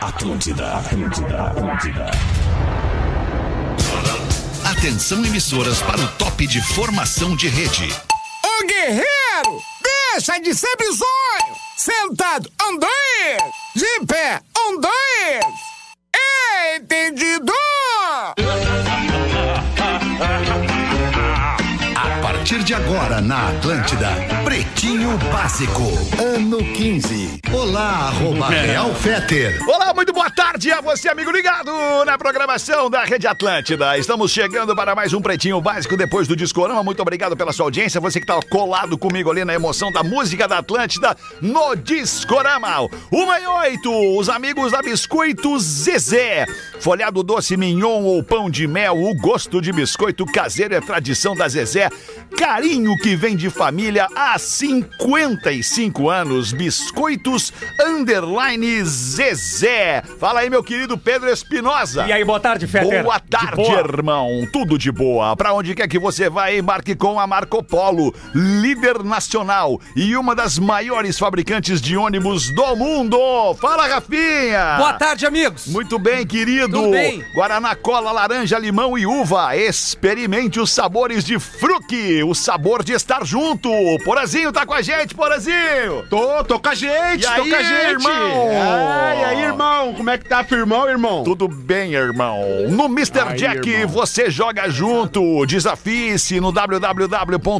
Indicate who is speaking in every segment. Speaker 1: Atlântida, Atlântida, Atlântida.
Speaker 2: Atenção emissoras para o top de formação de rede.
Speaker 3: Ô guerreiro, deixa de ser bizonho. Sentado, um, dois. De pé, um, dois. Entendido?
Speaker 2: A partir de agora na Atlântida, Pretinho Básico, ano 15. Olá, arroba Real Feter.
Speaker 4: Olá, muito boa tarde a você, amigo ligado na programação da Rede Atlântida. Estamos chegando para mais um Pretinho Básico depois do Discorama. Muito obrigado pela sua audiência. Você que está colado comigo ali na emoção da música da Atlântida no Discorama. Uma e oito, os amigos da Biscoito Zezé. Folhado doce mignon ou pão de mel, o gosto de biscoito caseiro é tradição da Zezé. Carinho que vem de família há 55 anos. Biscoitos Underline Zezé. Fala aí, meu querido Pedro Espinosa.
Speaker 5: E aí, boa tarde, Fetter.
Speaker 4: Boa
Speaker 5: De
Speaker 4: tarde,
Speaker 5: boa.
Speaker 4: irmão. Tudo de boa. Pra onde quer que você vá, embarque com a Marco Polo, líder nacional e uma das maiores fabricantes de ônibus do mundo. Fala, Rafinha.
Speaker 5: Boa tarde, amigos.
Speaker 4: Muito bem, querido.
Speaker 5: Tudo bem.
Speaker 4: Guaraná, cola, laranja, limão e uva. Experimente os sabores de fruque, o sabor de estar junto. Porazinho tá com a gente, Porazinho.
Speaker 6: Tô, tô com a gente,
Speaker 4: E
Speaker 6: tô
Speaker 4: aí,
Speaker 6: com a gente.
Speaker 4: irmão?
Speaker 6: Ah, e aí, irmão? Como é que tá, firmão, irmão?
Speaker 4: Tudo bem, irmão. No Mr.
Speaker 6: Aí,
Speaker 4: Jack,
Speaker 6: irmão.
Speaker 4: você joga junto. Desafie-se no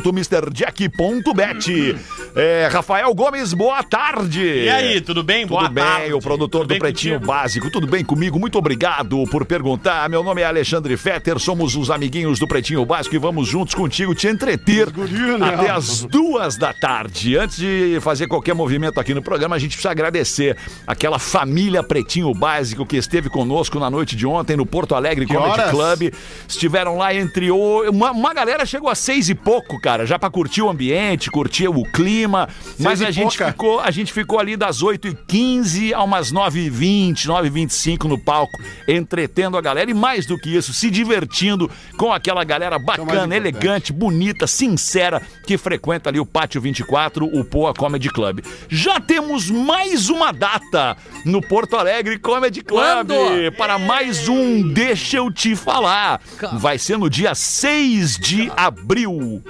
Speaker 6: Hum.
Speaker 4: www.mrjack.bet. É, Rafael Gomes, boa tarde.
Speaker 7: E aí, tudo bem?
Speaker 4: Tudo
Speaker 7: Boa
Speaker 4: bem,
Speaker 7: tarde.
Speaker 4: o produtor do
Speaker 7: Tudo bem
Speaker 4: Pretinho
Speaker 7: contigo?
Speaker 4: Básico. Tudo bem comigo? Muito obrigado por perguntar. Meu nome é Alexandre Fetter, somos os amiguinhos do Pretinho Básico e vamos juntos contigo te entreter
Speaker 6: gurios, né?
Speaker 4: até as duas da tarde. Antes de fazer qualquer movimento aqui no programa, a gente precisa agradecer aquela família Pretinho Básico que esteve conosco na noite de ontem no Porto Alegre Comedy
Speaker 6: horas?
Speaker 4: Club. Estiveram lá entre o... uma, uma galera chegou a seis e pouco, cara, já pra curtir o ambiente, curtir o clima. Mas
Speaker 6: e
Speaker 4: a gente
Speaker 6: pouca.
Speaker 4: ficou, a gente ficou ali das 8h15 a umas 9h20, 9h25 no palco, entretendo a galera e mais do que isso, se divertindo com aquela galera bacana,
Speaker 6: importante.
Speaker 4: elegante, bonita, sincera que frequenta ali o Pátio 24, o Poa Comedy Club. Já temos mais uma data no Porto Alegre Comedy Club
Speaker 5: Quando?
Speaker 4: para mais um Deixa eu te falar. Vai ser no dia 6 de abril.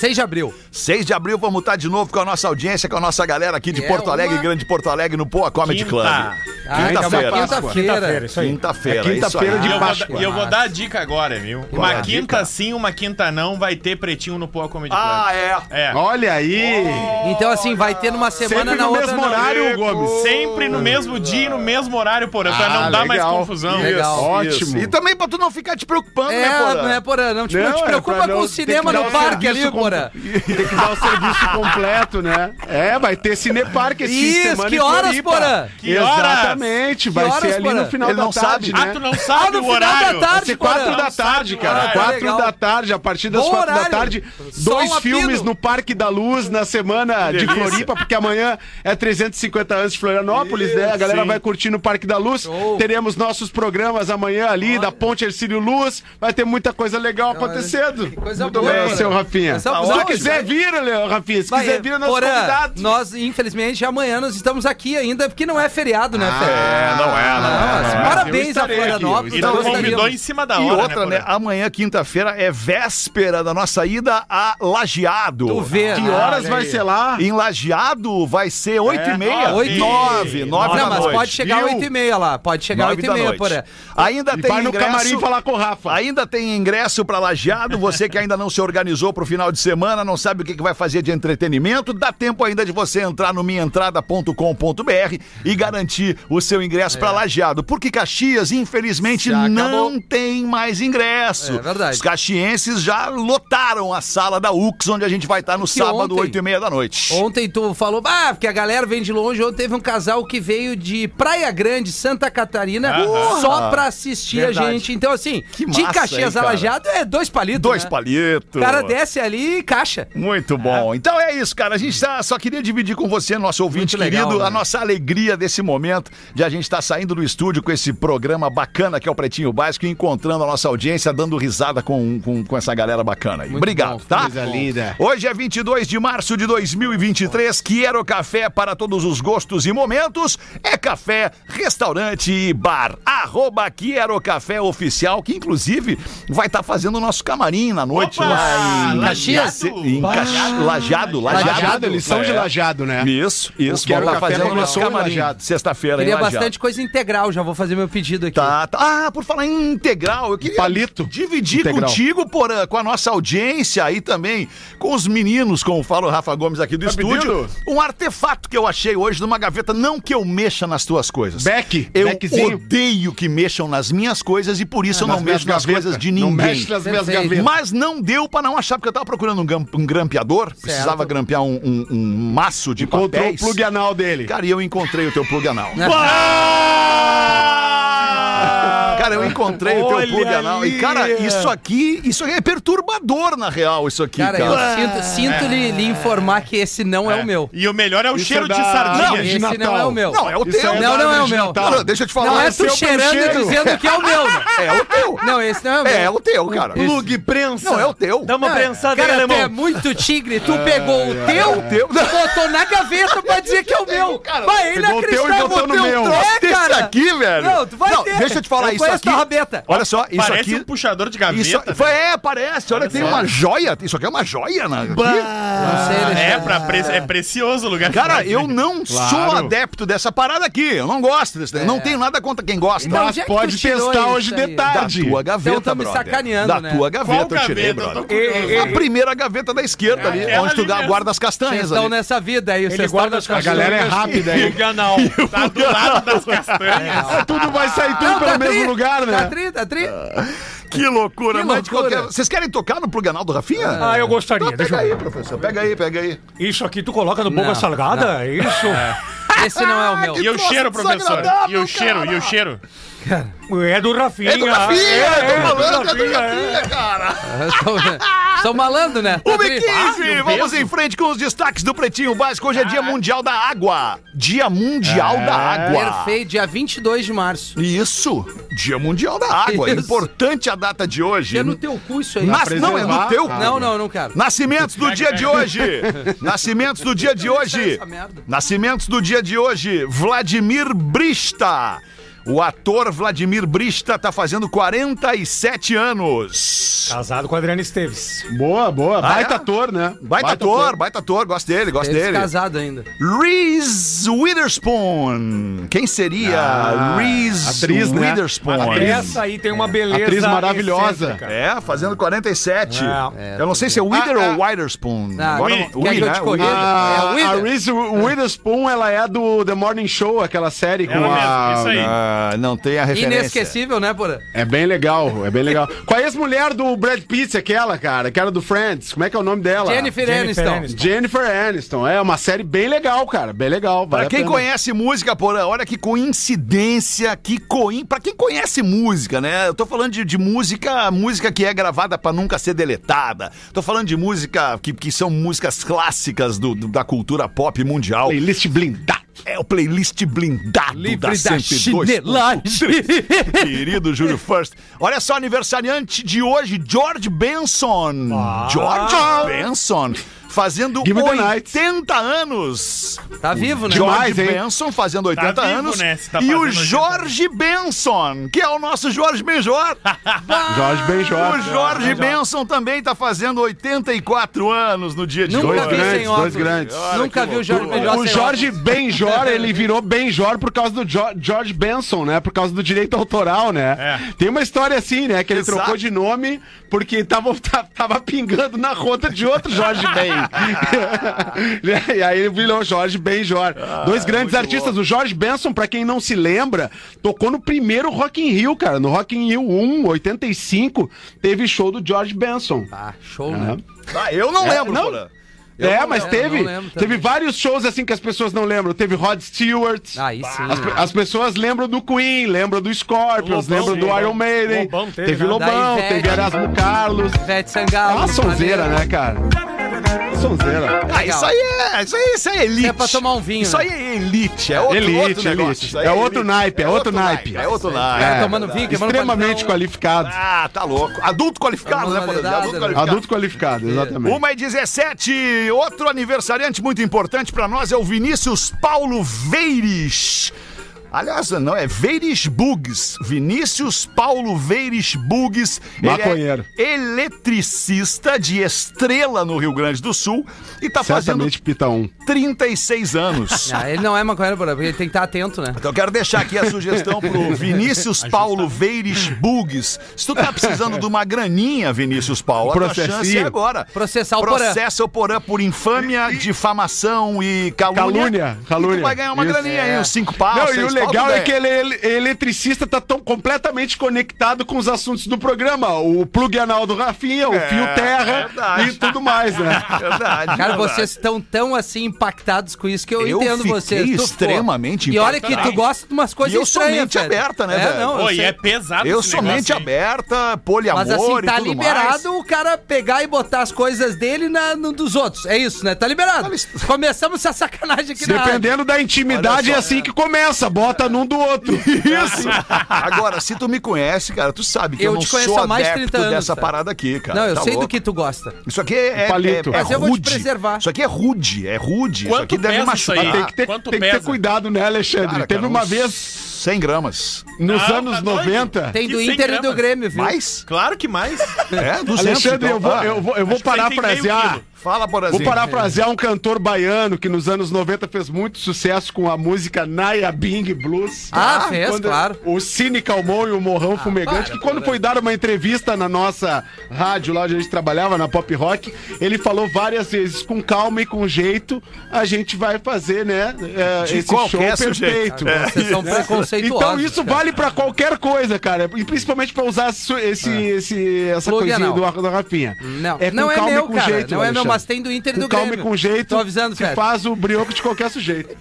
Speaker 5: 6 de abril.
Speaker 4: 6 de abril vamos estar de novo com a nossa audiência, com a nossa galera aqui de
Speaker 5: É
Speaker 4: Porto Alegre,
Speaker 5: uma-
Speaker 4: Grande Porto Alegre, no Poa Comedy
Speaker 7: Quinta.
Speaker 4: Club.
Speaker 5: Ah, então é
Speaker 4: Quinta-feira.
Speaker 5: uma Quinta-feira.
Speaker 4: Isso aí. Quinta-feira.
Speaker 6: É quinta-feira
Speaker 4: isso aí.
Speaker 7: E eu, vou,
Speaker 6: Páscoa.
Speaker 7: dar- e eu vou dar a dica agora, viu?
Speaker 4: Ah, Qual é a
Speaker 7: Uma quinta sim, uma quinta não, vai ter pretinho no Poa Comedy Club.
Speaker 4: Ah, é.
Speaker 7: É.
Speaker 6: Olha aí.
Speaker 5: Então, assim, vai ter numa semana,
Speaker 6: Sempre
Speaker 5: na
Speaker 6: no
Speaker 5: outra
Speaker 6: mesmo
Speaker 5: não.
Speaker 6: horário, Gomes.
Speaker 7: Sempre no mesmo dia e no mesmo horário, porra. Pra
Speaker 6: Ah,
Speaker 7: não dar mais
Speaker 6: legal.
Speaker 7: confusão.
Speaker 5: Legal.
Speaker 6: Ótimo.
Speaker 4: E também pra tu não ficar te preocupando,
Speaker 5: É,
Speaker 4: né, Porã?
Speaker 5: né, Porã? Não te, não
Speaker 6: Não,
Speaker 5: te
Speaker 6: é
Speaker 5: preocupa
Speaker 6: pra
Speaker 5: com
Speaker 6: não-
Speaker 5: o cinema
Speaker 6: tem que
Speaker 5: no
Speaker 6: dar o
Speaker 5: parque ali,
Speaker 6: serviço com-
Speaker 5: Porã.
Speaker 6: Tem que dar o serviço completo, né? É, vai ter Cineparque esse fim de
Speaker 5: Isso,
Speaker 6: semana
Speaker 5: que
Speaker 6: em
Speaker 5: horas,
Speaker 6: Floripa.
Speaker 5: Porã?
Speaker 7: Que horas?
Speaker 6: Exatamente, vai
Speaker 5: horas,
Speaker 6: ser ali
Speaker 5: Porã?
Speaker 6: no final
Speaker 4: Ele
Speaker 6: da
Speaker 4: não
Speaker 6: tarde,
Speaker 4: sabe.
Speaker 6: né?
Speaker 7: Ah, tu não
Speaker 5: Ah,
Speaker 7: sabe
Speaker 5: no final
Speaker 7: o horário?
Speaker 5: da
Speaker 6: Vai
Speaker 5: tarde,
Speaker 6: ser quatro
Speaker 5: Porã.
Speaker 7: é um
Speaker 6: da tarde, cara.
Speaker 5: Ah,
Speaker 6: Quatro
Speaker 5: legal.
Speaker 6: da tarde, a partir das
Speaker 5: Bom
Speaker 6: quatro da
Speaker 5: horário.
Speaker 6: tarde,
Speaker 5: Só
Speaker 6: dois
Speaker 5: um apito.
Speaker 6: filmes no Parque da Luz na semana de
Speaker 7: delícia.
Speaker 6: Floripa, porque amanhã é 350 anos de Florianópolis, né? A galera
Speaker 7: sim.
Speaker 6: vai curtir no Parque da Luz.
Speaker 5: Show.
Speaker 6: Teremos nossos programas amanhã ali, da Ponte Ercílio Luz. Vai ter muita coisa legal acontecendo.
Speaker 5: que coisa
Speaker 6: Muito
Speaker 5: boa,
Speaker 6: bem,
Speaker 5: cara.
Speaker 6: seu Rafinha.
Speaker 5: Coisa
Speaker 6: Se
Speaker 5: boa,
Speaker 6: tu quiser
Speaker 5: né?
Speaker 6: vir, Leo, Rafinha, se
Speaker 5: Vai,
Speaker 6: quiser vir, é nosso
Speaker 5: Porã,
Speaker 6: convidado.
Speaker 5: nós, infelizmente, amanhã nós estamos aqui ainda, porque não é feriado, né, Fer?
Speaker 4: É, não é, não é.
Speaker 5: Não, assim,
Speaker 6: é. Eu
Speaker 5: Parabéns a
Speaker 6: estarei aqui,
Speaker 5: Florianópolis.
Speaker 6: eu
Speaker 7: E
Speaker 4: Então,
Speaker 7: tu
Speaker 5: nós
Speaker 7: convidou
Speaker 5: gostaríamos.
Speaker 7: em cima da hora,
Speaker 4: E outra,
Speaker 7: Porã?
Speaker 4: né? Amanhã, quinta-feira, é véspera da nossa ida a Lajeado.
Speaker 5: Tu vê,
Speaker 4: Que
Speaker 5: né?
Speaker 4: horas
Speaker 6: Horas vai ser lá.
Speaker 4: Em Lajeado vai ser 8 e meia.
Speaker 5: Ah, oito e-
Speaker 4: 9, 9 É, da
Speaker 5: Não, mas
Speaker 4: noite.
Speaker 5: pode chegar
Speaker 6: viu?
Speaker 5: às 8h30 lá. Pode chegar às
Speaker 4: Nove da
Speaker 5: 8h30,
Speaker 4: noite.
Speaker 5: Porã.
Speaker 4: Ainda
Speaker 6: E
Speaker 4: tem
Speaker 6: vai no
Speaker 4: ingresso-
Speaker 6: camarim falar com o Rafa.
Speaker 4: Ainda tem ingresso para Lajeado, você que ainda não se organizou para o final de semana, não sabe o que, que vai fazer de entretenimento, dá tempo ainda de você entrar no minhaentrada.com.br e garantir o seu ingresso pra para Lajeado, porque Caxias, infelizmente,
Speaker 5: Já É. acabou.
Speaker 4: não tem mais ingresso.
Speaker 5: É verdade.
Speaker 4: Os caxienses já lotaram a sala da UX, onde a gente vai estar no sábado,
Speaker 5: ontem-
Speaker 4: oito e meia da noite.
Speaker 5: Ontem tu falou, ah, porque a galera vem de longe. Ontem teve um casal que veio de Praia Grande, Santa Catarina,
Speaker 4: Aham.
Speaker 5: só pra assistir a
Speaker 4: Verdade.
Speaker 5: gente. Então, assim, de
Speaker 4: massa,
Speaker 5: Caxias
Speaker 4: hein, cara?
Speaker 5: Alajado é dois palitos.
Speaker 4: Dois
Speaker 5: né?
Speaker 4: palitos.
Speaker 5: O cara desce ali e caixa.
Speaker 4: Muito bom. Então é isso, cara. A gente tá- só queria dividir com você, nosso ouvinte
Speaker 5: Muito legal,
Speaker 4: querido, a
Speaker 5: né?
Speaker 4: nossa alegria desse momento de a gente estar saindo do estúdio com esse programa bacana que é o Pretinho Básico e encontrando a nossa audiência, dando risada com, com, com essa galera bacana aí. Obrigado,
Speaker 6: bom,
Speaker 4: tá?
Speaker 6: coisa linda.
Speaker 4: Hoje é 22 de março de 2023. Quero café para todos os gostos e momentos. É café, restaurante e bar. Arroba Quero Café Oficial, que inclusive vai estar fazendo o nosso camarim na noite
Speaker 7: Opa!
Speaker 4: lá em
Speaker 7: Caxias?
Speaker 4: Em Caxi- Lajado, Lajado.
Speaker 6: Lajado, eles são de
Speaker 4: É.
Speaker 6: lajado, né?
Speaker 4: Isso, isso.
Speaker 6: Quero
Speaker 4: Vamos estar
Speaker 6: Café
Speaker 4: fazendo o nosso
Speaker 6: começou em
Speaker 4: camarim.
Speaker 6: Lajado.
Speaker 4: Sexta-feira, em
Speaker 5: Queria
Speaker 4: Lajado.
Speaker 5: bastante coisa integral, já vou fazer meu pedido aqui.
Speaker 4: Tá, tá. Ah, por falar em integral, eu queria
Speaker 6: Palito.
Speaker 4: dividir
Speaker 6: Integral.
Speaker 4: contigo, Porã, com a nossa audiência e também com os meninos, como fala o Rafa Gomes aqui do
Speaker 6: Tá
Speaker 4: estúdio,
Speaker 6: pedindo?
Speaker 4: um artefato que eu achei hoje numa gaveta, não que eu mexa nas tuas coisas.
Speaker 6: Beck,
Speaker 4: Eu
Speaker 6: Beckzinho. É,
Speaker 4: odeio que mexam nas minhas coisas e por isso eu não
Speaker 6: Nas minhas
Speaker 4: mexo nas
Speaker 6: gavetas.
Speaker 4: coisas de
Speaker 6: Não
Speaker 4: ninguém.
Speaker 6: mexe nas minhas
Speaker 5: Perfeito.
Speaker 6: gavetas.
Speaker 4: Mas não deu pra não achar, porque eu tava procurando um, gam- um grampeador, precisava grampear um, um- um maço de
Speaker 6: Encontrou o
Speaker 4: papéis.
Speaker 6: plug anal dele.
Speaker 4: Cara, e eu encontrei o teu plug anal.
Speaker 6: Ah,
Speaker 4: Cara, eu encontrei o teu plug anal. E, cara, isso aqui, isso aqui é perturbador, na real, isso aqui, cara.
Speaker 5: Cara, é eu sinto, sinto lhe, lhe informar que esse não é, o meu.
Speaker 7: E o melhor é o
Speaker 6: Isso
Speaker 7: cheiro
Speaker 6: é
Speaker 7: de
Speaker 6: da-
Speaker 7: sardinha.
Speaker 5: Esse
Speaker 6: Natal.
Speaker 5: não é o meu.
Speaker 4: Não, é o
Speaker 6: Isso
Speaker 4: teu.
Speaker 6: é
Speaker 5: Não, não é o
Speaker 6: de
Speaker 5: meu.
Speaker 6: Natal.
Speaker 4: Cara, deixa eu te falar.
Speaker 5: Não é
Speaker 4: esse
Speaker 5: tu
Speaker 4: o teu
Speaker 5: cheirando e
Speaker 4: Tá cheiro.
Speaker 5: dizendo que é o meu. né?
Speaker 4: É o teu.
Speaker 5: Não, esse não é o meu.
Speaker 4: É o teu, cara.
Speaker 8: Plug, prensa.
Speaker 4: Não, é o teu.
Speaker 8: Dá uma
Speaker 5: Cara,
Speaker 8: prensada né,
Speaker 5: cara,
Speaker 8: aí,
Speaker 5: tu é
Speaker 8: alemão.
Speaker 5: muito tigre, tu pegou o
Speaker 4: é,
Speaker 5: teu,
Speaker 4: teu.
Speaker 5: botou na gaveta pra dizer que é o meu.
Speaker 4: cara.
Speaker 5: Vai, ele
Speaker 6: Pegou o teu e
Speaker 5: acreditou,
Speaker 6: botou no meu.
Speaker 4: Troço
Speaker 5: É,
Speaker 4: desse
Speaker 5: cara.
Speaker 4: aqui, velho.
Speaker 5: Não, tu vai ter.
Speaker 4: Deixa eu te falar
Speaker 5: Eu
Speaker 4: isso
Speaker 5: conheço
Speaker 4: aqui.
Speaker 5: tua rabeta.
Speaker 4: Olha só, isso
Speaker 7: Parece
Speaker 4: aqui.
Speaker 7: um puxador de gaveta.
Speaker 4: Isso,
Speaker 7: né?
Speaker 4: foi, é, parece. Olha, tem uma joia. Isso aqui é uma joia, né?
Speaker 5: Não sei,
Speaker 7: É,
Speaker 5: Alexandre.
Speaker 7: pra pre- é precioso o lugar.
Speaker 4: Cara, eu não sou
Speaker 6: Claro.
Speaker 4: adepto dessa parada aqui. Eu não gosto desse. Não tenho nada contra quem gosta.
Speaker 5: Então,
Speaker 6: Mas
Speaker 5: onde é que tu
Speaker 6: pode
Speaker 5: tirou
Speaker 6: testar
Speaker 5: isso
Speaker 6: hoje
Speaker 5: aí?
Speaker 6: de
Speaker 4: Da
Speaker 6: tarde.
Speaker 4: tua gaveta,
Speaker 5: Então tá me
Speaker 4: brother.
Speaker 5: sacaneando,
Speaker 4: Da
Speaker 5: né?
Speaker 4: tua gaveta eu
Speaker 7: Qual
Speaker 4: tirei,
Speaker 7: gaveta? Eu tô
Speaker 4: brother. A primeira gaveta da esquerda ali,
Speaker 7: aquela
Speaker 4: onde tu
Speaker 7: ali mesmo.
Speaker 4: guarda as
Speaker 5: Vocês
Speaker 4: castanhas
Speaker 5: estão
Speaker 4: ali.
Speaker 5: nessa vida aí, vocês estão
Speaker 8: guarda
Speaker 5: nessa
Speaker 8: as
Speaker 6: A galera é rápida aí.
Speaker 8: Ganal.
Speaker 7: Tá do lado das castanhas.
Speaker 6: É, tudo vai sair tudo
Speaker 5: Não,
Speaker 6: pelo
Speaker 5: tá
Speaker 6: mesmo
Speaker 5: tri,
Speaker 6: lugar, né?
Speaker 5: Tá tri, tá tri.
Speaker 4: Que loucura,
Speaker 5: Que
Speaker 4: mas de
Speaker 5: loucura.
Speaker 4: qualquer- Vocês querem tocar no pluganal do Rafinha?
Speaker 8: Ah, eu gostaria.
Speaker 4: Então
Speaker 8: Deixa
Speaker 4: pega
Speaker 8: eu
Speaker 4: aí,
Speaker 8: ver.
Speaker 4: professor. Pega aí, pega aí.
Speaker 8: Isso aqui tu coloca no boca
Speaker 6: Né?
Speaker 5: Não,
Speaker 8: salgada? É isso?
Speaker 5: Esse não é o meu.
Speaker 7: E o
Speaker 4: troço
Speaker 7: cheiro, professor? E
Speaker 4: desagradável,
Speaker 7: o cheiro,
Speaker 4: cara.
Speaker 7: e o cheiro?
Speaker 8: É do Rafinha.
Speaker 4: É do Rafinha,
Speaker 8: é,
Speaker 4: eu tô falando, é
Speaker 8: do
Speaker 4: do
Speaker 8: Rafinha. é.
Speaker 4: Rafinha, cara.
Speaker 5: Sou- Sou malandro, né? Tá
Speaker 4: Uma e
Speaker 5: tri.
Speaker 4: 15,
Speaker 7: Ah,
Speaker 4: vamos
Speaker 7: mesmo?
Speaker 4: em frente com os destaques do Pretinho Básico. Hoje é Dia Mundial da Água. Dia Mundial da Água.
Speaker 5: É. Perfeito, dia 22 de março.
Speaker 4: Isso, Dia Mundial da Água.
Speaker 5: Isso.
Speaker 4: Importante a data de hoje.
Speaker 5: É no teu cu isso aí.
Speaker 4: Nas- não, é no
Speaker 6: preservar,
Speaker 4: teu.
Speaker 5: Não, não, não quero.
Speaker 4: Nascimentos do dia de hoje. Nascimentos do dia de hoje.
Speaker 5: Essa merda.
Speaker 4: Nascimentos do dia de hoje. Vladimir Brista. O ator Vladimir Brista tá fazendo 47 anos.
Speaker 8: Casado com a Adriana Esteves.
Speaker 6: Boa, boa. Baita
Speaker 4: é?
Speaker 6: ator, né?
Speaker 4: Baita, ator, baita ator, gosto dele, gosto
Speaker 5: Ele
Speaker 4: dele.
Speaker 5: casado ainda.
Speaker 4: Reese Witherspoon. Quem seria
Speaker 6: Ah,
Speaker 4: Reese
Speaker 6: atriz, né?
Speaker 4: Witherspoon?
Speaker 8: Essa aí tem uma beleza.
Speaker 6: Atriz maravilhosa.
Speaker 8: excêntrica.
Speaker 4: É, fazendo 47.
Speaker 8: É.
Speaker 4: eu não sei se é Wither
Speaker 6: Ah,
Speaker 4: ou Witherspoon.
Speaker 5: Ah,
Speaker 4: Agora,
Speaker 5: quer que eu te corrija?
Speaker 6: A,
Speaker 5: É a
Speaker 6: a
Speaker 5: Wither.
Speaker 6: Reese Witherspoon, ela é do The Morning Show, aquela série com
Speaker 7: Ela
Speaker 6: a...
Speaker 7: É mesmo, isso aí.
Speaker 4: Ah, não tem a referência.
Speaker 5: Inesquecível, né, Porã?
Speaker 6: É bem legal, é bem legal. Com a ex-mulher do Brad Pitt, aquela, cara, que era do Friends, como é que é o nome dela?
Speaker 5: Jennifer,
Speaker 8: Jennifer
Speaker 5: Aniston.
Speaker 8: Aniston.
Speaker 6: Jennifer Aniston. É uma série bem legal, cara, bem legal.
Speaker 4: Pra
Speaker 6: vale a
Speaker 4: quem
Speaker 6: pena.
Speaker 4: conhece música, porra, olha que coincidência, que coin... Pra quem conhece música, né? Eu tô falando de, de música, música que é gravada pra nunca ser deletada. Tô falando de música que, que são músicas clássicas do- do- da cultura pop mundial.
Speaker 6: Playlist blindada.
Speaker 4: É o playlist blindado da,
Speaker 5: Livre da
Speaker 4: 102.
Speaker 5: chinelagem.
Speaker 4: Querido Júlio First. Olha só, aniversariante de hoje, George Benson. George Benson. Fazendo
Speaker 6: Give me the night.
Speaker 4: 80 anos.
Speaker 5: Tá vivo, né?
Speaker 6: Demais.
Speaker 4: George
Speaker 6: hein?
Speaker 4: Benson fazendo 80
Speaker 7: vivo,
Speaker 4: anos.
Speaker 7: né? Se tá
Speaker 4: e o
Speaker 7: fazendo 80
Speaker 4: Jorge Benson, que é o nosso Jorge Benjor.
Speaker 6: Jorge
Speaker 4: o
Speaker 6: Benjor.
Speaker 4: Jorge Benson também está fazendo 84 anos no dia de
Speaker 5: Nunca
Speaker 4: hoje.
Speaker 6: Dois
Speaker 5: vi sem
Speaker 6: grandes,
Speaker 5: óculos.
Speaker 6: dois grandes.
Speaker 5: Nunca vi o Jorge Benjor
Speaker 6: O
Speaker 5: sem
Speaker 6: Jorge Benjor, ele virou Benjor por causa do Jo- George Benson, né? Por causa do direito autoral, né?
Speaker 7: É.
Speaker 6: Tem uma história assim, né? Que ele
Speaker 4: Exato.
Speaker 6: trocou de nome porque tava, ta- tava pingando na rota de outro Jorge Ben. e aí ele virou Jorge Benjor. Dois grandes artistas. O Jorge Benson, pra quem não se lembra, tocou no primeiro Rock in Rio, cara. No Rock in Rio 1, 85, teve show do George Benson.
Speaker 5: Ah, show, né?
Speaker 4: Ah, eu não
Speaker 6: É,
Speaker 4: lembro,
Speaker 6: não.
Speaker 4: Porã. Eu
Speaker 6: É,
Speaker 4: não
Speaker 6: mas
Speaker 5: lembro,
Speaker 6: teve,
Speaker 5: não lembro também.
Speaker 6: teve vários shows assim que as pessoas não lembram. Teve Rod Stewart.
Speaker 5: Aí sim.
Speaker 6: As,
Speaker 5: né?
Speaker 6: as pessoas lembram do Queen, lembram do Scorpions,
Speaker 8: Lobão,
Speaker 6: lembram do
Speaker 8: Lobão.
Speaker 6: Iron Maiden.
Speaker 8: Lobão
Speaker 6: teve,
Speaker 8: teve, né?
Speaker 6: Lobão,
Speaker 5: Da Ivete.
Speaker 6: teve Erasmo Carlos.
Speaker 5: Ivete
Speaker 6: É
Speaker 5: Sangalo.
Speaker 6: uma sonzeira,
Speaker 5: maneiro.
Speaker 6: né, cara? Sonzeira.
Speaker 4: Ah, isso aí é, isso aí, isso aí é elite.
Speaker 5: É pra tomar um vinho,
Speaker 4: Isso
Speaker 5: né?
Speaker 4: aí é elite, é outro,
Speaker 6: Elite,
Speaker 4: outro negócio.
Speaker 6: elite.
Speaker 4: isso aí
Speaker 6: É outro naipe, é outro naipe.
Speaker 4: É outro naipe.
Speaker 5: Cara
Speaker 6: É,
Speaker 5: tomando vinho, queimando
Speaker 6: Extremamente
Speaker 5: panetão.
Speaker 6: qualificado.
Speaker 4: Ah, tá louco. Adulto qualificado,
Speaker 5: É
Speaker 4: né,
Speaker 5: uma
Speaker 4: Porazinho?
Speaker 5: novidade,
Speaker 4: Adulto
Speaker 5: né?
Speaker 4: qualificado.
Speaker 6: Adulto qualificado, exatamente.
Speaker 4: Uma e 17, outro aniversariante muito importante pra nós é o Vinícius Paulo Veires. Aliás, não, é Veires Bugs. Vinícius Paulo Veires Bugs. Ele
Speaker 6: Maconheiro.
Speaker 4: É eletricista de estrela no Rio Grande do Sul e tá
Speaker 6: Certamente pita um.
Speaker 4: fazendo 36 anos.
Speaker 5: Ah, ele não é maconheiro, porra, porque ele tem que estar atento, né?
Speaker 4: Então eu quero deixar aqui a sugestão pro Vinícius Paulo Veires Bugs. Se tu tá precisando de uma graninha, Vinícius Paulo, a tua
Speaker 6: Processinho.
Speaker 4: chance é agora.
Speaker 5: Processar o Porã.
Speaker 4: Processa o Porã por infâmia, difamação e calúnia.
Speaker 6: Calúnia, calúnia.
Speaker 4: E tu vai ganhar uma
Speaker 6: Isso.
Speaker 4: graninha aí,
Speaker 5: É.
Speaker 4: uns cinco pau,
Speaker 6: Não,
Speaker 4: seis
Speaker 6: e o
Speaker 4: pau,
Speaker 6: legal
Speaker 4: tu
Speaker 6: é
Speaker 4: ganha.
Speaker 6: que ele, ele- eletricista tá tão completamente conectado com os assuntos do programa. O plug anal do Rafinha,
Speaker 8: É,
Speaker 6: o fio terra
Speaker 4: verdade.
Speaker 6: e tudo mais, né?
Speaker 4: Verdade,
Speaker 5: Cara,
Speaker 4: verdade.
Speaker 5: vocês estão tão assim impactados com isso que eu,
Speaker 4: Eu
Speaker 5: entendo
Speaker 4: fiquei
Speaker 5: vocês. Tu, pô,
Speaker 4: extremamente
Speaker 5: E olha que tu
Speaker 4: impactado.
Speaker 5: gosta de umas coisas
Speaker 4: E eu sou
Speaker 5: estranhas,
Speaker 4: mente
Speaker 5: velho.
Speaker 4: aberta, né,
Speaker 5: é,
Speaker 4: velho?
Speaker 5: Não, eu
Speaker 7: Pô, e
Speaker 5: sei.
Speaker 7: é pesado
Speaker 4: Eu
Speaker 7: esse
Speaker 4: sou
Speaker 7: negócio,
Speaker 4: mente
Speaker 7: hein?
Speaker 4: aberta, poliamor
Speaker 5: Mas assim,
Speaker 4: e
Speaker 5: tá
Speaker 4: tudo
Speaker 5: liberado o cara pegar e botar as coisas dele na, no, dos outros. É isso, né? Tá liberado. Começamos essa sacanagem aqui na rádio.
Speaker 6: Dependendo da intimidade,
Speaker 4: Olha só,
Speaker 6: é assim que começa. Bota num do outro.
Speaker 4: mais. Isso. Agora, se tu me conhece, cara, tu sabe que eu,
Speaker 5: Eu
Speaker 4: não
Speaker 5: te conheço
Speaker 4: sou
Speaker 5: há mais de
Speaker 4: adepto
Speaker 5: 30 anos,
Speaker 4: dessa
Speaker 5: tá?
Speaker 4: parada aqui, cara.
Speaker 5: Não, eu
Speaker 4: Tá
Speaker 5: sei do
Speaker 4: louco.
Speaker 5: que tu gosta.
Speaker 4: Isso aqui é, é,
Speaker 6: palito.
Speaker 4: é, é
Speaker 5: Mas eu vou te
Speaker 4: rude.
Speaker 5: preservar.
Speaker 4: Isso aqui é rude, é rude. isso
Speaker 7: Quanto
Speaker 4: aqui deve
Speaker 7: pesa
Speaker 4: machucar.
Speaker 7: isso aí?
Speaker 6: Tem que ter,
Speaker 7: Quanto
Speaker 6: tem que ter
Speaker 7: pesa?
Speaker 6: cuidado, né, Alexandre?
Speaker 4: Cara,
Speaker 6: Teve
Speaker 4: cara,
Speaker 6: uma
Speaker 4: uns
Speaker 6: vez,
Speaker 4: 100 gramas.
Speaker 6: nos
Speaker 7: Ah, tá
Speaker 6: anos
Speaker 7: doido.
Speaker 6: 90.
Speaker 5: Tem
Speaker 7: Que
Speaker 5: do
Speaker 7: 100
Speaker 5: Inter e do
Speaker 7: gramas?
Speaker 5: Grêmio, viu?
Speaker 4: Mais?
Speaker 7: Claro que mais.
Speaker 4: É, 200.
Speaker 6: Alexandre,
Speaker 4: então.
Speaker 6: eu vou,
Speaker 4: Ah,
Speaker 6: eu vou, eu vou
Speaker 7: que tem meio
Speaker 6: parafrasear.
Speaker 7: quilo.
Speaker 4: Fala, Borazinho.
Speaker 6: Vou parafrasear um cantor baiano que nos anos 90 fez muito sucesso com a música Naya Bing Blues.
Speaker 5: Ah, fez, claro. Ah.
Speaker 6: O Cine Calmon e o Morrão Fumegante, que quando foi dar uma entrevista na nossa rádio lá onde a gente trabalhava, na Pop Rock, ele falou várias vezes, com calma e com jeito, a gente vai fazer, né, é,
Speaker 4: De
Speaker 6: esse show
Speaker 4: qualquer
Speaker 6: perfeito.
Speaker 4: sujeito.
Speaker 5: Ah, Vocês são
Speaker 4: É.
Speaker 5: preconceituosos.
Speaker 6: Então isso
Speaker 5: cara.
Speaker 6: vale pra qualquer coisa, cara. E principalmente pra usar su- esse, esse, essa
Speaker 5: É. Plug
Speaker 6: coisinha
Speaker 5: anal.
Speaker 6: do, da Rafinha.
Speaker 5: Não,
Speaker 6: é com
Speaker 5: não é
Speaker 6: calma e
Speaker 5: meu,
Speaker 6: com
Speaker 5: cara.
Speaker 6: jeito,
Speaker 5: não é meu,
Speaker 6: Alexandre.
Speaker 5: mas tem do Inter e do
Speaker 6: Com calma e
Speaker 5: Grêmio.
Speaker 6: com jeito,
Speaker 5: Tô avisando,
Speaker 6: se
Speaker 5: Fred.
Speaker 6: faz o brioco de qualquer sujeito.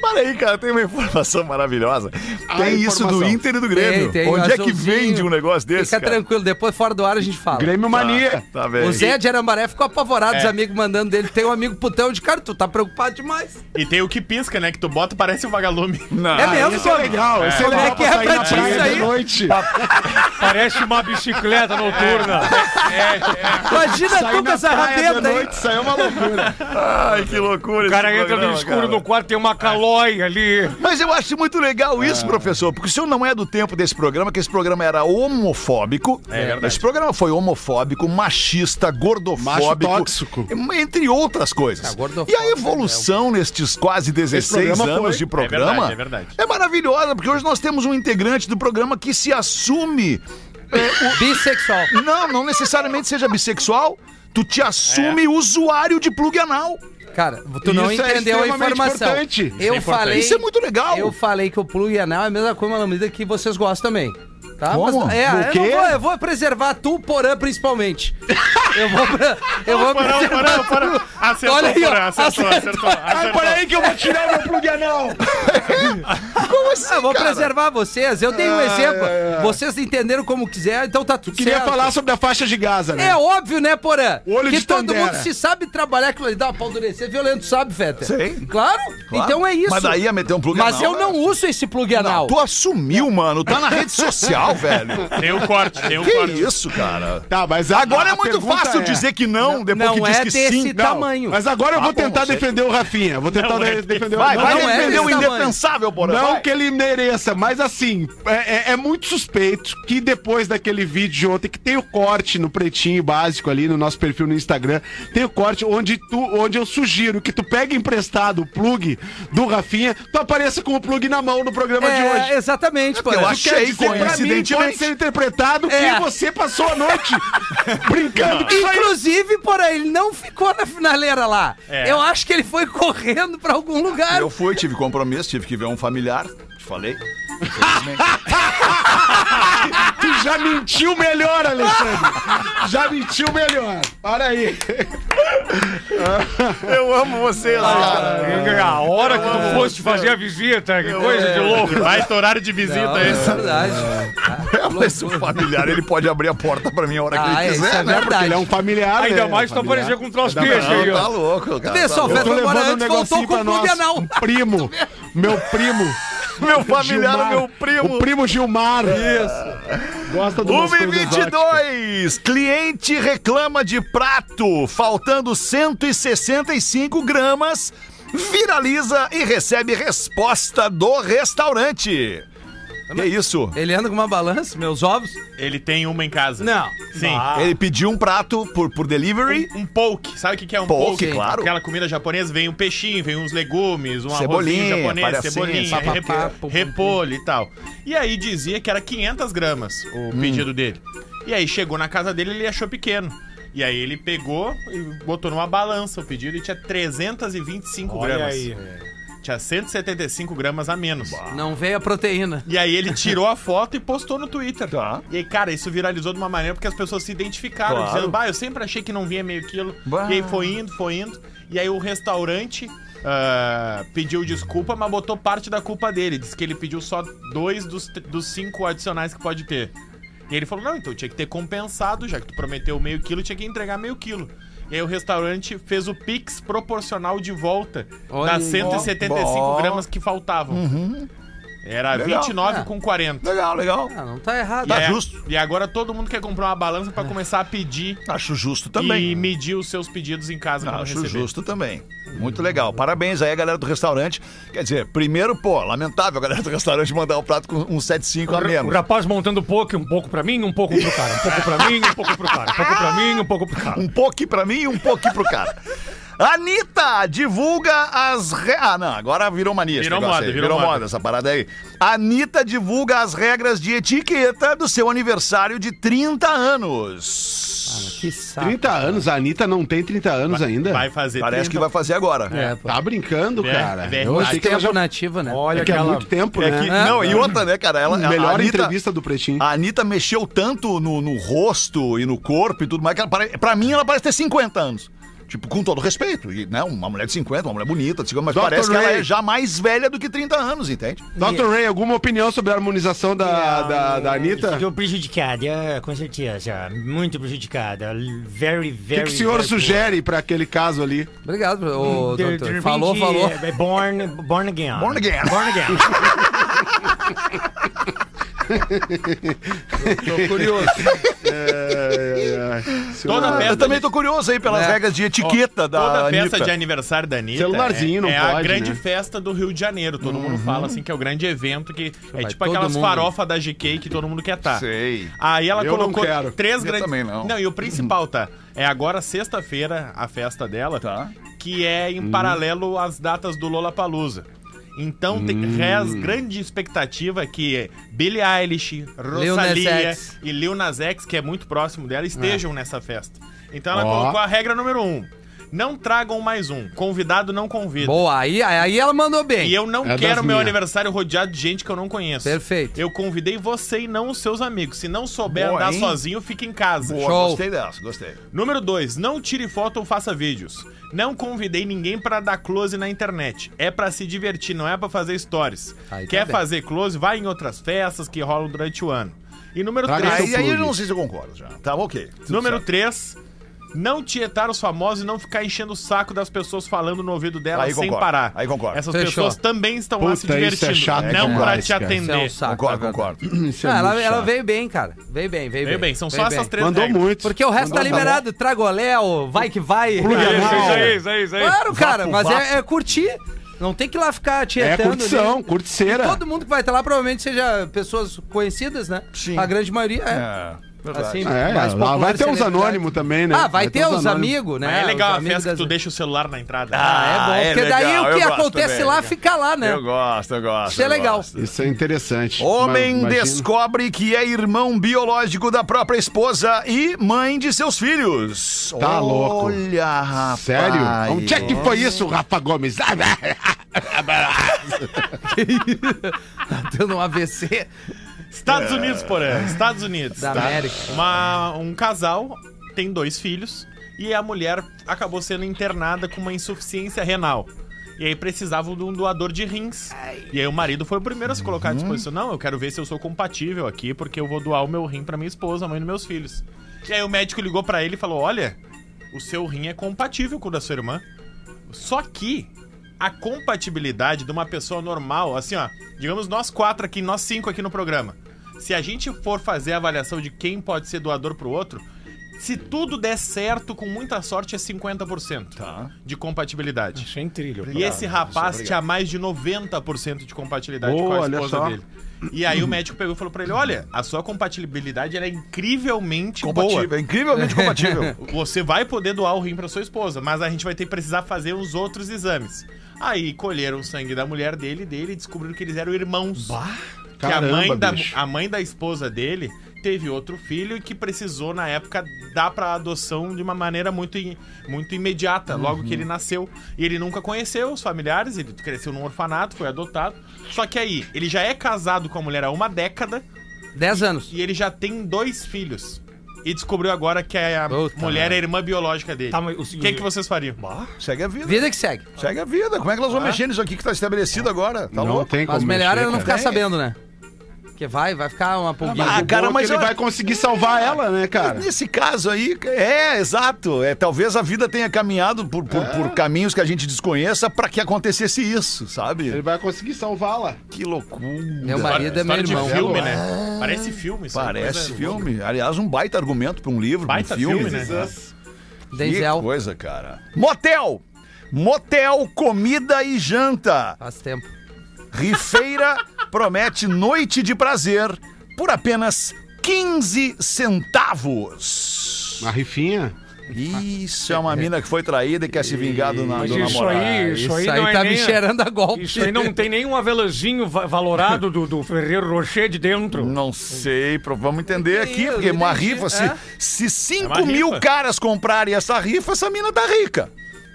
Speaker 4: Para aí, cara, tem uma informação maravilhosa.
Speaker 6: Ah,
Speaker 4: tem isso do
Speaker 6: informação.
Speaker 4: Inter e do Grêmio.
Speaker 5: Tem, tem,
Speaker 4: Onde é que
Speaker 5: azulzinho.
Speaker 4: vende um negócio desse,
Speaker 5: Fica
Speaker 4: cara?
Speaker 5: tranquilo, depois fora do ar a gente fala.
Speaker 6: Grêmio Mania.
Speaker 4: Tá, tá bem.
Speaker 5: O Zé de Arambaré ficou apavorado,
Speaker 6: É.
Speaker 5: os amigos mandando dele. Tem um amigo putão de cara, tu tá preocupado demais.
Speaker 7: E tem o que pisca, né? Que tu bota parece um vagalume.
Speaker 4: Não.
Speaker 5: é mesmo,
Speaker 6: Isso é legal, isso é
Speaker 5: Como
Speaker 6: legal
Speaker 5: é que é pra ti isso
Speaker 6: de
Speaker 5: aí?
Speaker 6: noite.
Speaker 8: Parece uma bicicleta noturna.
Speaker 5: Imagina tu com essa
Speaker 6: praia de
Speaker 5: rabeta aí.
Speaker 6: noite, isso aí é uma loucura.
Speaker 4: Ai, que loucura
Speaker 8: O cara entra no escuro no quarto, tem uma calói ali.
Speaker 4: Mas eu acho muito legal isso, professor, porque o senhor não é do tempo desse programa, que esse programa era homofóbico. É verdade. Esse programa foi homofóbico, machista, gordofóbico.
Speaker 6: Macho tóxico.
Speaker 4: Entre outras coisas.
Speaker 5: É, gordofóbico,
Speaker 4: e a evolução nestes quase 16
Speaker 6: Esse programa
Speaker 4: anos
Speaker 6: foi-
Speaker 4: de programa
Speaker 7: É verdade, é verdade.
Speaker 4: é maravilhosa, porque hoje nós temos um integrante do programa que se assume.
Speaker 6: um-
Speaker 5: Bissexual.
Speaker 4: Não, não necessariamente seja bissexual. Tu te assume usuário de plug anal.
Speaker 5: Cara, tu não
Speaker 6: Isso é
Speaker 5: entendeu a
Speaker 6: extremamente
Speaker 5: informação.
Speaker 6: importante. Isso
Speaker 5: Eu falei.
Speaker 4: Isso é muito legal.
Speaker 5: Eu falei que o plug anal é a mesma coisa, uma lambida que vocês gostam também. Tá?
Speaker 4: Como?
Speaker 5: Mas, é,
Speaker 6: Do
Speaker 5: eu, não
Speaker 6: quê?
Speaker 5: vou, eu vou preservar tu, Porã, principalmente. Eu vou, pra- eu vou
Speaker 7: Parou,
Speaker 5: preservar
Speaker 7: parou, parou. Acertou,
Speaker 5: Olha aí, ó.
Speaker 7: Porã, acertou, acertou,
Speaker 6: Ai,
Speaker 7: acertou.
Speaker 6: para aí que eu vou tirar o meu plug anal.
Speaker 4: Como assim,
Speaker 5: Eu vou
Speaker 4: cara?
Speaker 5: preservar vocês. Eu dei um
Speaker 6: Ah,
Speaker 5: exemplo.
Speaker 6: é, é.
Speaker 5: Vocês entenderam como quiser, então tá tudo
Speaker 6: Queria
Speaker 5: certo.
Speaker 6: falar sobre a faixa de Gaza, né?
Speaker 5: É óbvio, né, Porã?
Speaker 6: Olho
Speaker 5: que
Speaker 6: de
Speaker 5: todo
Speaker 6: Tandera.
Speaker 5: mundo se sabe trabalhar aquilo ali. Dá uma pau durecer violento, sabe, Feta?
Speaker 4: Sei.
Speaker 5: Claro.
Speaker 4: Claro.
Speaker 5: Então é isso.
Speaker 4: Mas daí ia meter um plug
Speaker 5: Mas
Speaker 4: anal,
Speaker 5: eu
Speaker 4: né?
Speaker 5: não uso esse plug anal.
Speaker 4: Tu assumiu, mano. Tá na rede social, velho.
Speaker 7: Tem o corte, tem o
Speaker 4: Que
Speaker 7: corte.
Speaker 4: isso, cara?
Speaker 6: Tá, mas a-
Speaker 4: Agora
Speaker 6: a
Speaker 4: é muito
Speaker 6: pergunta
Speaker 4: fácil
Speaker 6: é-
Speaker 4: dizer que não, depois
Speaker 5: não
Speaker 4: que diz
Speaker 5: é
Speaker 4: que
Speaker 5: desse
Speaker 4: sim.
Speaker 6: Não,
Speaker 5: tamanho.
Speaker 6: Mas agora eu
Speaker 4: Tá
Speaker 6: vou
Speaker 4: bom,
Speaker 6: tentar
Speaker 4: você-
Speaker 6: defender o Rafinha. Vou tentar
Speaker 7: Não é
Speaker 6: de- defender o
Speaker 4: Vai, vai
Speaker 5: Não é
Speaker 4: defender
Speaker 5: desse
Speaker 4: o
Speaker 5: tamanho.
Speaker 4: indefensável, porra.
Speaker 6: Não
Speaker 4: vai.
Speaker 6: que ele mereça, mas assim, é, é- é muito suspeito que depois daquele vídeo de ontem, que tem o corte no pretinho básico ali, no nosso perfil no Instagram, tem o corte onde, tu, onde eu sugiro que tu pegue emprestado o plug do Rafinha, tu apareça com o plug na mão no programa de
Speaker 5: É,
Speaker 6: hoje.
Speaker 5: Exatamente, Porã.
Speaker 4: eu
Speaker 6: Tu
Speaker 4: acho
Speaker 6: quer
Speaker 4: achei,
Speaker 6: dizer é, pra mim,
Speaker 4: coincidentemente.
Speaker 6: pode ser interpretado
Speaker 5: É.
Speaker 6: que você passou a noite brincando com isso aí.
Speaker 5: Inclusive, Porã, ele não ficou na finaleira lá.
Speaker 7: É.
Speaker 5: Eu acho que ele foi correndo pra algum lugar.
Speaker 4: Eu fui, tive compromisso, tive que ver um familiar. Te falei.
Speaker 6: Tu já mentiu melhor, Alexandre. Já mentiu melhor. Para aí.
Speaker 4: Eu amo
Speaker 7: Ah,
Speaker 4: vocês, cara.
Speaker 8: A hora que tu foste fazer a visita, que coisa de louco.
Speaker 7: Vai ter horário é. de visita
Speaker 5: Não, é
Speaker 7: esse.
Speaker 5: verdade.
Speaker 4: É, mas o familiar, ele pode abrir a porta pra mim a hora que ele
Speaker 5: Ah, é, isso
Speaker 4: quiser,
Speaker 5: é
Speaker 4: né?
Speaker 5: verdade.
Speaker 6: Ele é um familiar,
Speaker 8: Ainda
Speaker 6: né?
Speaker 8: mais se tu
Speaker 6: Familiar.
Speaker 8: aparecer com um troço
Speaker 6: Dá pra-
Speaker 8: desse aí,
Speaker 4: Não,
Speaker 8: ó.
Speaker 4: tá louco, cara.
Speaker 5: Cadê
Speaker 4: tá
Speaker 5: só o
Speaker 4: louco.
Speaker 6: Eu tô
Speaker 5: Feto Moura
Speaker 6: levando um
Speaker 5: antes voltou
Speaker 6: negocinho
Speaker 5: com
Speaker 6: pra
Speaker 5: o clube
Speaker 6: nós.
Speaker 5: anal?
Speaker 6: Um primo. Meu primo.
Speaker 4: Meu familiar, é meu primo.
Speaker 6: O primo Gilmar. Isso. Gosta
Speaker 5: Um
Speaker 6: do
Speaker 4: 1 e 22. Cliente reclama de prato faltando 165 gramas, viraliza e recebe resposta do restaurante. Que isso?
Speaker 5: Ele anda com uma balança, meus ovos?
Speaker 7: Ele tem uma em casa.
Speaker 5: Não.
Speaker 7: Sim.
Speaker 4: Ele pediu um prato por, por delivery.
Speaker 7: Um poke. Sabe o que que é um
Speaker 4: Poke,
Speaker 7: poke?
Speaker 4: claro.
Speaker 7: Aquela comida japonesa vem um peixinho, vem uns legumes, um
Speaker 4: Cebolinha,
Speaker 7: arrozinho japonês,
Speaker 4: palhacinha,
Speaker 7: cebolinha,
Speaker 5: papapá,
Speaker 7: rep-
Speaker 5: pum, pum,
Speaker 7: repolho e tal. E aí dizia que era 500 gramas o
Speaker 4: Hum.
Speaker 7: pedido dele. E aí chegou na casa dele e ele achou pequeno. E aí ele pegou e botou numa balança o pedido e tinha 325 gramas. Tinha 175 gramas a menos.
Speaker 5: Não veio a proteína.
Speaker 7: E aí ele tirou a foto e postou no Twitter.
Speaker 4: Tá.
Speaker 7: E aí, cara, isso viralizou de uma maneira porque as pessoas se identificaram,
Speaker 4: Claro.
Speaker 7: dizendo, bah, eu sempre achei que não vinha meio quilo.
Speaker 4: Bah.
Speaker 7: E aí foi indo, foi indo. E aí o restaurante ah, pediu desculpa, mas botou parte da culpa dele. Diz que ele pediu só dois dos, t- dos cinco adicionais que pode ter. E ele falou, não, então tinha que ter compensado, já que tu prometeu meio quilo, tinha que entregar meio quilo. E aí o restaurante fez o Pix proporcional de volta
Speaker 5: Olha
Speaker 7: das
Speaker 5: aí.
Speaker 7: 175 gramas que faltavam.
Speaker 4: Uhum.
Speaker 7: Era
Speaker 4: Legal.
Speaker 7: 29
Speaker 5: É.
Speaker 7: com 40.
Speaker 4: Legal, legal.
Speaker 5: Ah, não tá errado.
Speaker 4: Tá
Speaker 7: e é-
Speaker 4: justo.
Speaker 7: E agora todo mundo quer comprar uma balança pra começar a pedir
Speaker 4: Acho justo
Speaker 7: e
Speaker 4: também.
Speaker 7: medir os seus pedidos em casa quando
Speaker 4: Acho
Speaker 7: receber.
Speaker 4: justo também. Muito legal. Parabéns aí, a galera do restaurante. Quer dizer, primeiro, pô, lamentável a galera do restaurante mandar o prato com um 75
Speaker 6: tá
Speaker 4: a
Speaker 8: O
Speaker 4: menos.
Speaker 8: rapaz montando poke, um pouco pra mim, um pouco pro cara. Um pouco pra mim, um pouco pro cara. Um pouco pra mim, um pouco pro cara.
Speaker 4: Um pouco pra mim e um pouco pro cara. Anitta divulga as. Re... Ah, não, agora virou mania. esse
Speaker 7: Virou
Speaker 4: negócio
Speaker 7: moda,
Speaker 4: aí.
Speaker 7: virou
Speaker 4: moda
Speaker 7: moda.
Speaker 4: essa parada aí. Anitta divulga as regras de etiqueta do seu aniversário de 30 anos.
Speaker 5: Que saco.
Speaker 6: 30 Tá. anos, a Anitta não tem 30 anos ainda.
Speaker 7: Vai fazer
Speaker 4: Parece
Speaker 7: 30.
Speaker 4: que vai fazer agora.
Speaker 5: É, pô.
Speaker 6: Tá brincando,
Speaker 7: É,
Speaker 6: cara.
Speaker 7: é
Speaker 6: Eu achei
Speaker 5: Muito
Speaker 6: que ela
Speaker 5: tempo
Speaker 6: já...
Speaker 5: nativa, né?
Speaker 8: Olha
Speaker 6: É que é
Speaker 8: aquela...
Speaker 6: muito tempo,
Speaker 7: É
Speaker 6: né?
Speaker 7: que-
Speaker 4: Não, e outra, né, cara? Ela, a- a
Speaker 6: Melhor
Speaker 4: Anitta,
Speaker 6: entrevista do Pretinho.
Speaker 4: A Anitta mexeu tanto no, no rosto e no corpo e tudo mais que ela pare... pra mim ela parece ter 50 anos. Tipo, com todo respeito. E, né, uma mulher de 50, uma mulher bonita, de 50, mas
Speaker 6: Dr.
Speaker 4: parece que ela
Speaker 6: Ray.
Speaker 4: é já mais velha do que 30 anos, entende?
Speaker 6: Dr. Ray, alguma opinião sobre a harmonização
Speaker 8: É,
Speaker 6: da, da,
Speaker 9: Ah,
Speaker 6: da Anitta?
Speaker 9: Estou prejudicada, um é, com certeza. Muito prejudicada. Very,
Speaker 6: O que,
Speaker 9: very.
Speaker 6: que o senhor
Speaker 8: é
Speaker 9: very poor.
Speaker 6: sugere pra aquele caso ali?
Speaker 5: Obrigado,
Speaker 8: Hum,
Speaker 5: ô,
Speaker 9: De- de
Speaker 5: doutor.
Speaker 9: repente,
Speaker 5: Falou, falou.
Speaker 9: é Born, born again.
Speaker 4: Born again.
Speaker 9: Born again.
Speaker 5: Tô curioso.
Speaker 7: Toda
Speaker 4: Ah,
Speaker 7: festa
Speaker 4: eu também tô curioso aí pelas
Speaker 5: É.
Speaker 4: regras de etiqueta da
Speaker 7: Toda
Speaker 4: Anitta.
Speaker 7: festa de aniversário da Anitta
Speaker 6: Celularzinho,
Speaker 7: é,
Speaker 6: não
Speaker 7: é a
Speaker 6: pode,
Speaker 7: grande
Speaker 6: né?
Speaker 7: festa do Rio de Janeiro. Todo mundo fala assim que é o grande evento que é
Speaker 5: Vai
Speaker 7: tipo
Speaker 5: todo
Speaker 7: aquelas
Speaker 5: mundo.
Speaker 7: farofas da GK que todo mundo quer estar.
Speaker 4: Sei.
Speaker 7: Aí ela
Speaker 6: Eu não
Speaker 7: colocou
Speaker 6: quero.
Speaker 7: três
Speaker 4: Eu
Speaker 7: grandes.
Speaker 4: também não.
Speaker 7: e o principal, tá? É agora sexta-feira a festa dela,
Speaker 4: Tá.
Speaker 7: que é em paralelo às datas do Lollapalooza. Então tem res, grande expectativa é que Billie Eilish,
Speaker 5: Lil Nas
Speaker 7: Rosalia
Speaker 5: X.
Speaker 7: e Lil Nas X, que é muito próximo dela, estejam nessa festa. Então ela
Speaker 6: Ó.
Speaker 7: colocou a regra número um. Não tragam mais um. Convidado não convida.
Speaker 5: Boa, aí, aí ela mandou bem.
Speaker 7: E eu não
Speaker 6: É das
Speaker 7: quero meu
Speaker 6: minhas.
Speaker 7: aniversário rodeado de gente que eu não conheço.
Speaker 5: Perfeito.
Speaker 7: Eu convidei você e não os seus amigos. Se não souber
Speaker 4: Boa,
Speaker 7: andar
Speaker 4: hein?
Speaker 7: sozinho, fica em casa.
Speaker 4: Boa,
Speaker 5: Show.
Speaker 4: gostei dessa, gostei.
Speaker 7: Número 2, não tire foto ou faça vídeos. Não convidei ninguém pra dar close na internet. É pra se divertir, não é pra fazer stories.
Speaker 5: Aí tá
Speaker 7: Quer
Speaker 5: bem.
Speaker 7: fazer close, vai em outras festas que rolam durante o ano. E número
Speaker 6: Traga
Speaker 7: três.
Speaker 6: seu
Speaker 4: Tá, Aí, aí eu
Speaker 6: plug.
Speaker 4: não sei se eu concordo já. Tá, ok. Tudo
Speaker 7: Número
Speaker 4: certo.
Speaker 7: 3. Não tietar os famosos e não ficar enchendo o saco das pessoas falando no ouvido delas
Speaker 4: Aí
Speaker 7: sem
Speaker 4: concordo,
Speaker 7: parar.
Speaker 4: aí concordo.
Speaker 7: Essas
Speaker 5: Fechou.
Speaker 7: pessoas também estão lá se
Speaker 6: Puta,
Speaker 7: divertindo.
Speaker 6: isso é chato
Speaker 7: não pra
Speaker 6: demais,
Speaker 7: te
Speaker 6: cara.
Speaker 5: Isso é um
Speaker 7: atender.
Speaker 5: saco.
Speaker 4: Concordo,
Speaker 5: na verdade.
Speaker 4: concordo.
Speaker 6: Isso é
Speaker 5: Ah, ela,
Speaker 6: muito
Speaker 5: ela
Speaker 6: chato.
Speaker 5: veio bem, cara. Veio bem, veio bem.
Speaker 7: Veio bem, são só
Speaker 5: Veio
Speaker 7: essas
Speaker 5: bem.
Speaker 7: três
Speaker 6: Mandou
Speaker 7: regras.
Speaker 6: muito.
Speaker 5: Porque o resto tá
Speaker 6: Mandou-
Speaker 5: liberado. Tragoléu, vai que vai.
Speaker 6: Plug
Speaker 5: É,
Speaker 6: anal.
Speaker 8: Isso aí, isso aí, isso aí.
Speaker 5: Claro, cara,
Speaker 4: Vapo,
Speaker 5: mas
Speaker 4: vapo.
Speaker 5: É, é curtir. Não tem que ir lá ficar
Speaker 6: É
Speaker 5: tietando.
Speaker 6: curtição, é.
Speaker 5: né?
Speaker 6: curticeira.
Speaker 5: Todo mundo que vai estar lá provavelmente seja pessoas conhecidas, né?
Speaker 4: Sim.
Speaker 5: A grande maioria é. Assim,
Speaker 6: É,
Speaker 5: mais
Speaker 6: lá vai
Speaker 5: popular,
Speaker 6: ter uns
Speaker 5: celebridade.
Speaker 6: anônimos também, né?
Speaker 5: Ah, vai, ter, os
Speaker 6: anônimos.
Speaker 5: amigos, né?
Speaker 7: Mas é legal
Speaker 5: Os
Speaker 7: a
Speaker 5: amigos
Speaker 7: festa que tu
Speaker 5: das-
Speaker 7: deixa o celular na entrada.
Speaker 5: Ah, é bom,
Speaker 4: Ah, é
Speaker 5: porque
Speaker 4: legal,
Speaker 5: daí o que
Speaker 4: eu gosto
Speaker 5: acontece
Speaker 4: também,
Speaker 5: lá
Speaker 4: legal.
Speaker 5: fica lá, né?
Speaker 4: Eu gosto, eu gosto.
Speaker 5: Isso é
Speaker 4: eu
Speaker 5: legal.
Speaker 4: gosto.
Speaker 6: Isso é interessante.
Speaker 4: Homem
Speaker 6: Mas imagina.
Speaker 4: descobre que é irmão biológico da própria esposa e mãe de seus filhos.
Speaker 6: Tá louco.
Speaker 4: Olha, rapaz.
Speaker 6: Sério? Onde é que foi isso, Rafa Gomes? Ah,
Speaker 5: Dando um AVC
Speaker 7: Estados Unidos, porém. Estados Unidos.
Speaker 5: da
Speaker 7: tá?
Speaker 5: América.
Speaker 7: Uma- um casal tem dois filhos e a mulher acabou sendo internada com uma insuficiência renal. E aí precisavam de um doador de rins. E aí o marido foi o primeiro a se colocar à disposição. Não, eu quero ver se eu sou compatível aqui, porque eu vou doar o meu rim pra minha esposa, a mãe dos meus filhos. E aí o médico ligou pra ele e falou: Olha, o seu rim é compatível com o da sua irmã. Só que a compatibilidade de uma pessoa normal, assim, ó, digamos nós quatro aqui, nós cinco aqui no programa. Se a gente for fazer a avaliação de quem pode ser doador pro outro, se tudo der certo, com muita sorte, é 50%
Speaker 6: Tá.
Speaker 4: Tá.
Speaker 7: de compatibilidade.
Speaker 6: Hum,
Speaker 8: Sem trilho.
Speaker 7: E esse rapaz tinha mais de 90% de compatibilidade
Speaker 6: Boa,
Speaker 7: com a
Speaker 6: olha
Speaker 7: esposa
Speaker 6: só.
Speaker 7: dele. E aí o médico pegou e falou pra ele: olha, a sua compatibilidade ela é incrivelmente
Speaker 4: Compatível,
Speaker 7: boa.
Speaker 4: é incrivelmente compatível.
Speaker 7: Você vai poder doar o rim pra sua esposa, mas a gente vai ter que precisar fazer os outros exames. Aí colheram o sangue da mulher dele e dele e descobriram que eles eram irmãos. que a,
Speaker 6: Caramba,
Speaker 7: mãe da,
Speaker 6: bicho.
Speaker 7: a mãe da esposa dele teve outro filho e que precisou, na época, dar pra adoção de uma maneira muito, im- muito imediata, logo
Speaker 6: Uhum.
Speaker 7: que ele nasceu. E ele nunca conheceu os familiares, ele cresceu num orfanato, foi adotado. Só que aí, ele já é casado com a mulher há uma década
Speaker 5: 10 anos.
Speaker 7: e ele já tem dois filhos. E descobriu agora que a
Speaker 5: Puta
Speaker 7: mulher é a irmã biológica dele.
Speaker 8: Tá, mas o
Speaker 7: o
Speaker 8: seguinte-
Speaker 7: que, que vocês fariam?
Speaker 4: Segue a vida.
Speaker 5: Vida que segue.
Speaker 4: Segue a vida. Como é que nós vamos mexer nisso aqui que tá estabelecido agora? Tá
Speaker 6: não
Speaker 4: louco?
Speaker 6: tem como.
Speaker 5: Mas melhor
Speaker 6: mexer,
Speaker 5: é não
Speaker 6: cara.
Speaker 5: ficar sabendo, né? Porque vai, vai ficar uma pulguinha.
Speaker 4: Ah,
Speaker 6: O
Speaker 4: cara,
Speaker 6: bom é
Speaker 4: mas
Speaker 6: que ele
Speaker 4: eu-
Speaker 6: vai conseguir salvar ela, né, cara?
Speaker 4: É, Nesse caso aí, é, exato. É, talvez a vida tenha caminhado por,
Speaker 6: É.
Speaker 4: por, por caminhos que a gente desconheça pra que acontecesse isso,
Speaker 6: Ele
Speaker 4: sabe?
Speaker 6: vai conseguir salvá-la.
Speaker 4: Que loucura.
Speaker 5: Meu marido é meu
Speaker 7: História de
Speaker 5: irmão.
Speaker 7: filme, né? Parece filme, isso é uma
Speaker 4: Parece
Speaker 7: coisa-
Speaker 4: filme. Aliás, um baita argumento pra um livro, pra
Speaker 7: Baita
Speaker 4: um filme.
Speaker 7: filme, né?
Speaker 4: Que
Speaker 5: Denzel.
Speaker 4: coisa, cara. Motel! Motel, comida e janta.
Speaker 5: Faz tempo.
Speaker 4: Rifeira promete noite de prazer por apenas 15 centavos.
Speaker 6: Uma rifinha?
Speaker 4: Isso é uma mina que foi traída e quer se vingar do, na,
Speaker 8: Mas
Speaker 4: do
Speaker 8: isso
Speaker 4: namorado.
Speaker 8: aí, isso, aí,
Speaker 5: Isso aí
Speaker 8: não é
Speaker 5: tá
Speaker 8: nem-
Speaker 5: me cheirando a golpe.
Speaker 8: Isso aí não tem nenhum avelanzinho va- valorado do, do Ferreiro Rocher de dentro.
Speaker 4: Não sei, pro- vamos entender
Speaker 5: Que
Speaker 4: aqui,
Speaker 5: isso,
Speaker 4: porque uma
Speaker 5: entendi.
Speaker 4: rifa, se,
Speaker 5: É.
Speaker 4: se 5
Speaker 7: uma
Speaker 4: mil
Speaker 7: rifa.
Speaker 4: caras comprarem essa rifa, essa mina tá rica.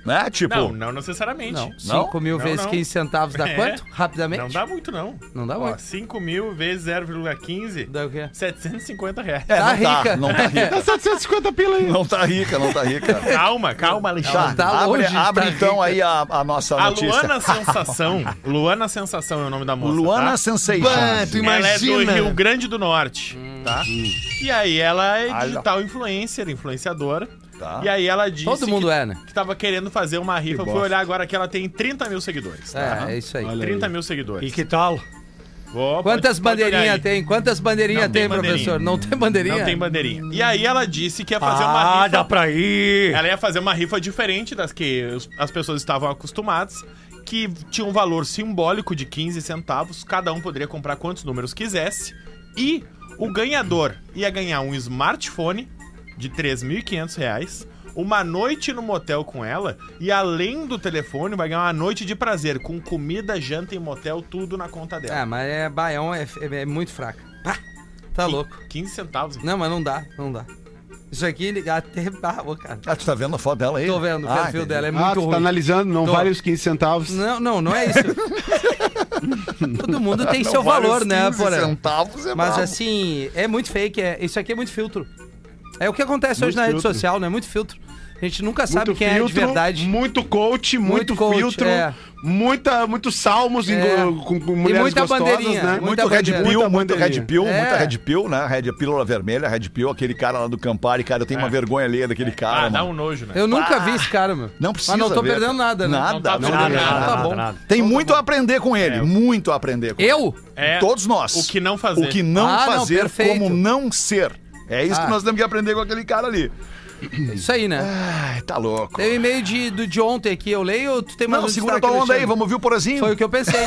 Speaker 4: Né? Tipo,
Speaker 7: Não, não necessariamente. Não,
Speaker 5: 5 mil
Speaker 7: Não,
Speaker 5: vezes
Speaker 7: não.
Speaker 5: 15 centavos dá
Speaker 7: É.
Speaker 5: quanto? Rapidamente?
Speaker 7: dá muito, não.
Speaker 5: Não dá muito.
Speaker 7: 5 mil vezes 0,15,
Speaker 5: Dá o quê?
Speaker 7: 750 reais.
Speaker 4: é, não
Speaker 5: tá
Speaker 4: tá,
Speaker 5: rica.
Speaker 4: não tá rica.
Speaker 6: Dá 750 pila aí.
Speaker 4: Não tá rica, não tá rica.
Speaker 7: Calma, calma,
Speaker 4: Tá,
Speaker 7: Alexandre.
Speaker 5: tá
Speaker 4: abre,
Speaker 5: longe de
Speaker 4: abre
Speaker 5: tá
Speaker 4: então
Speaker 5: rica.
Speaker 4: aí a, a nossa
Speaker 7: A
Speaker 4: notícia.
Speaker 7: Luana Sensação. Luana Sensação é o nome da moça.
Speaker 4: Luana
Speaker 7: tá?
Speaker 4: Sensation.
Speaker 7: Ela é do Rio Grande do Norte, tá? E aí ela é digital influencer, influenciadora.
Speaker 4: Tá.
Speaker 7: E aí ela disse
Speaker 5: Todo mundo
Speaker 7: que,
Speaker 5: é, né?
Speaker 7: que tava querendo fazer uma rifa. Eu fui olhar agora que ela tem 30 mil seguidores. tá?
Speaker 5: É, é isso aí.
Speaker 7: 30 mil
Speaker 8: E
Speaker 7: seguidores.
Speaker 8: que tal?
Speaker 7: Ó, pode-
Speaker 5: Quantas
Speaker 7: pode olhar
Speaker 5: bandeirinhas
Speaker 7: aí.
Speaker 5: tem? Quantas bandeirinhas
Speaker 7: Não tem
Speaker 5: tem, professor?
Speaker 7: bandeirinha.
Speaker 5: Não tem bandeirinha?
Speaker 7: Não tem bandeirinha. E aí ela disse que ia fazer uma
Speaker 8: Ah,
Speaker 7: rifa.
Speaker 8: dá pra ir.
Speaker 7: Ela ia fazer uma rifa diferente das que os- as pessoas estavam acostumadas, que tinha um valor simbólico de 15 centavos, cada um poderia comprar quantos números quisesse, e o ganhador ia ganhar um smartphone de 3.500 reais, uma noite no motel com ela, e além do telefone, vai ganhar uma noite de prazer, com comida, janta e motel, tudo na conta
Speaker 5: Ah,
Speaker 7: dela.
Speaker 5: mas é Baião, é, é- é muito fraca. Pá, tá louco.
Speaker 7: 15 centavos.
Speaker 5: Não, mas não dá, não dá. Isso aqui, ele- até barro, cara.
Speaker 4: Ah, tu tá vendo a foto dela aí?
Speaker 5: Tô vendo o
Speaker 4: Ah,
Speaker 5: perfil
Speaker 4: entendi.
Speaker 5: dela, é
Speaker 6: Ah,
Speaker 5: muito
Speaker 6: tu
Speaker 5: ruim.
Speaker 6: tá analisando, não
Speaker 5: Tô.
Speaker 6: vale os 15 centavos.
Speaker 5: Não, não, não é isso. Todo mundo tem seu valor, né, porra?
Speaker 4: centavos é
Speaker 5: Mas
Speaker 4: brabo.
Speaker 5: assim, é muito fake, é, isso aqui é muito filtro. É o que acontece hoje na rede
Speaker 6: filtro.
Speaker 5: social, né? Muito filtro. A gente nunca
Speaker 6: Muito
Speaker 5: sabe quem é de
Speaker 6: filtro,
Speaker 5: verdade.
Speaker 6: Muito coach, muito,
Speaker 5: Muito coach,
Speaker 6: filtro,
Speaker 5: é.
Speaker 6: muita, muitos salmos em-
Speaker 5: É.
Speaker 6: com, com
Speaker 5: E
Speaker 6: mulheres
Speaker 5: muita
Speaker 6: gostosas,
Speaker 5: bandeirinha,
Speaker 6: né?
Speaker 5: muita
Speaker 4: Muito Red
Speaker 5: bandeira.
Speaker 4: Pill,
Speaker 6: Muita
Speaker 4: muito Red
Speaker 6: bandeirinha.
Speaker 4: Pill,
Speaker 5: É.
Speaker 4: muita Red Pill, né? Red Pílula Vermelha, Red Pill, aquele cara lá do Campari, cara, eu tenho uma vergonha alheia daquele cara,
Speaker 7: É. Ah, dá
Speaker 4: mano.
Speaker 7: um nojo, né?
Speaker 5: Eu nunca vi esse cara, meu.
Speaker 4: Ah, Não precisa
Speaker 5: Mas não tô
Speaker 4: ver,
Speaker 5: perdendo
Speaker 4: cara.
Speaker 5: nada, né?
Speaker 4: Nada,
Speaker 7: Não tá
Speaker 4: não
Speaker 7: perdendo
Speaker 4: tem
Speaker 7: nada,
Speaker 4: nada.
Speaker 5: tá bom.
Speaker 4: Tem muito a aprender com ele, muito a aprender com ele.
Speaker 5: Eu?
Speaker 7: É,
Speaker 4: Todos nós.
Speaker 7: O que não fazer.
Speaker 4: O que não
Speaker 5: Ah, não,
Speaker 4: fazer,
Speaker 5: perfeito.
Speaker 4: como não ser. É isso
Speaker 5: Ah.
Speaker 4: que nós temos que aprender com aquele cara ali.
Speaker 5: Isso aí, né?
Speaker 4: Ai, tá louco.
Speaker 5: Tem o e-mail de, do de ontem aqui, eu leio ou tu tem mais
Speaker 4: Não,
Speaker 5: um
Speaker 4: segura
Speaker 5: destaque,
Speaker 4: tua onda aí,
Speaker 5: Alexandre?
Speaker 4: vamos ouvir o porazinho.
Speaker 5: Foi o que eu pensei.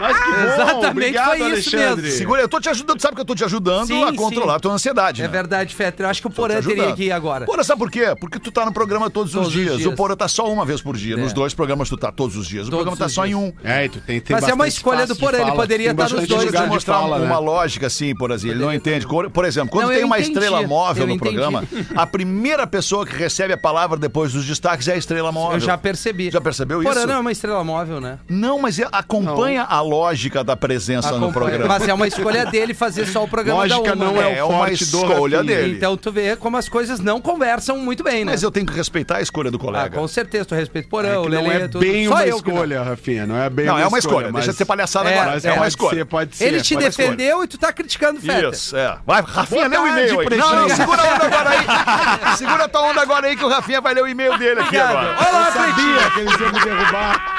Speaker 6: Mas que bom,
Speaker 5: Exatamente,
Speaker 6: obrigado,
Speaker 5: foi isso
Speaker 6: Alexandre.
Speaker 5: mesmo.
Speaker 4: Segura, eu tô te ajudando, tu sabe que eu tô te ajudando
Speaker 5: Sim,
Speaker 4: a controlar
Speaker 5: sim.
Speaker 4: a tua ansiedade,
Speaker 5: É
Speaker 4: né?
Speaker 5: verdade, Fetter. Eu acho que o
Speaker 4: Tô te
Speaker 5: Porã teria
Speaker 4: ajudando.
Speaker 5: que ir agora.
Speaker 4: Porã, sabe por quê? Porque tu tá no programa todos, os,
Speaker 5: Todos os
Speaker 4: dias.
Speaker 5: dias. É.
Speaker 4: O Porã tá só uma vez por dia. Nos dois programas tu tá todos os dias. O
Speaker 5: Todos
Speaker 4: programa tá
Speaker 5: os
Speaker 4: só em
Speaker 5: dias.
Speaker 4: um.
Speaker 6: É, tu tem, tem
Speaker 5: Mas é uma
Speaker 6: bastante
Speaker 5: escolha do
Speaker 6: espaço de
Speaker 5: Porã, ele
Speaker 6: fala,
Speaker 5: poderia
Speaker 6: tem
Speaker 5: estar nos
Speaker 6: bastante
Speaker 5: dois,
Speaker 4: Deixa
Speaker 6: lugar
Speaker 4: eu
Speaker 5: né?
Speaker 6: de
Speaker 4: mostrar
Speaker 6: fala, né?
Speaker 4: uma lógica assim, Porazinho. Ele não entende. Quando- Por exemplo, quando
Speaker 5: Não,
Speaker 4: tem
Speaker 5: eu
Speaker 4: uma
Speaker 5: entendi,
Speaker 4: estrela móvel
Speaker 5: eu
Speaker 4: no
Speaker 5: entendi.
Speaker 4: programa, a primeira pessoa que recebe a palavra depois dos destaques é a estrela móvel.
Speaker 5: Eu já percebi.
Speaker 4: Já percebeu
Speaker 5: Porã
Speaker 4: isso?
Speaker 5: não é uma estrela móvel, né?
Speaker 4: Não, mas é- acompanha a lógica da presença no programa.
Speaker 5: Mas é uma escolha dele fazer só o programa
Speaker 6: Lógica
Speaker 5: da uma,
Speaker 6: não
Speaker 5: né?
Speaker 6: é,
Speaker 4: É
Speaker 6: o
Speaker 4: uma
Speaker 6: forte do
Speaker 4: escolha
Speaker 6: Rafinha.
Speaker 4: dele.
Speaker 5: Então tu vê como as coisas não conversam muito bem, né?
Speaker 4: Mas eu tenho que respeitar a escolha do
Speaker 5: Ah,
Speaker 4: colega.
Speaker 5: com certeza, tu respeita o Porão,
Speaker 6: que
Speaker 5: o
Speaker 6: não
Speaker 5: um Lelê,
Speaker 6: é
Speaker 5: tudo.
Speaker 6: bem
Speaker 5: Só
Speaker 6: uma
Speaker 5: eu que não.
Speaker 6: escolha, Rafinha. Não é bem
Speaker 4: não, é uma escolha. Deixa de ser
Speaker 6: mas-
Speaker 4: palhaçada
Speaker 5: É,
Speaker 4: agora.
Speaker 6: mas
Speaker 4: É, uma
Speaker 6: pode
Speaker 4: escolha.
Speaker 6: Ser, pode ser.
Speaker 5: Ele te
Speaker 4: pode escolher.
Speaker 5: defendeu e tu tá criticando o Feta.
Speaker 4: Isso, é. Vai,
Speaker 6: Boa
Speaker 4: Rafinha, lê o
Speaker 6: tarde,
Speaker 4: e-mail aí. Não,
Speaker 6: pretinho.
Speaker 4: não, segura a onda agora aí. Segura a tua onda agora aí que o Rafinha vai ler o e-mail dele aqui agora.
Speaker 5: Olha lá, Pretinho.
Speaker 6: sabia que eles iam me derrubar.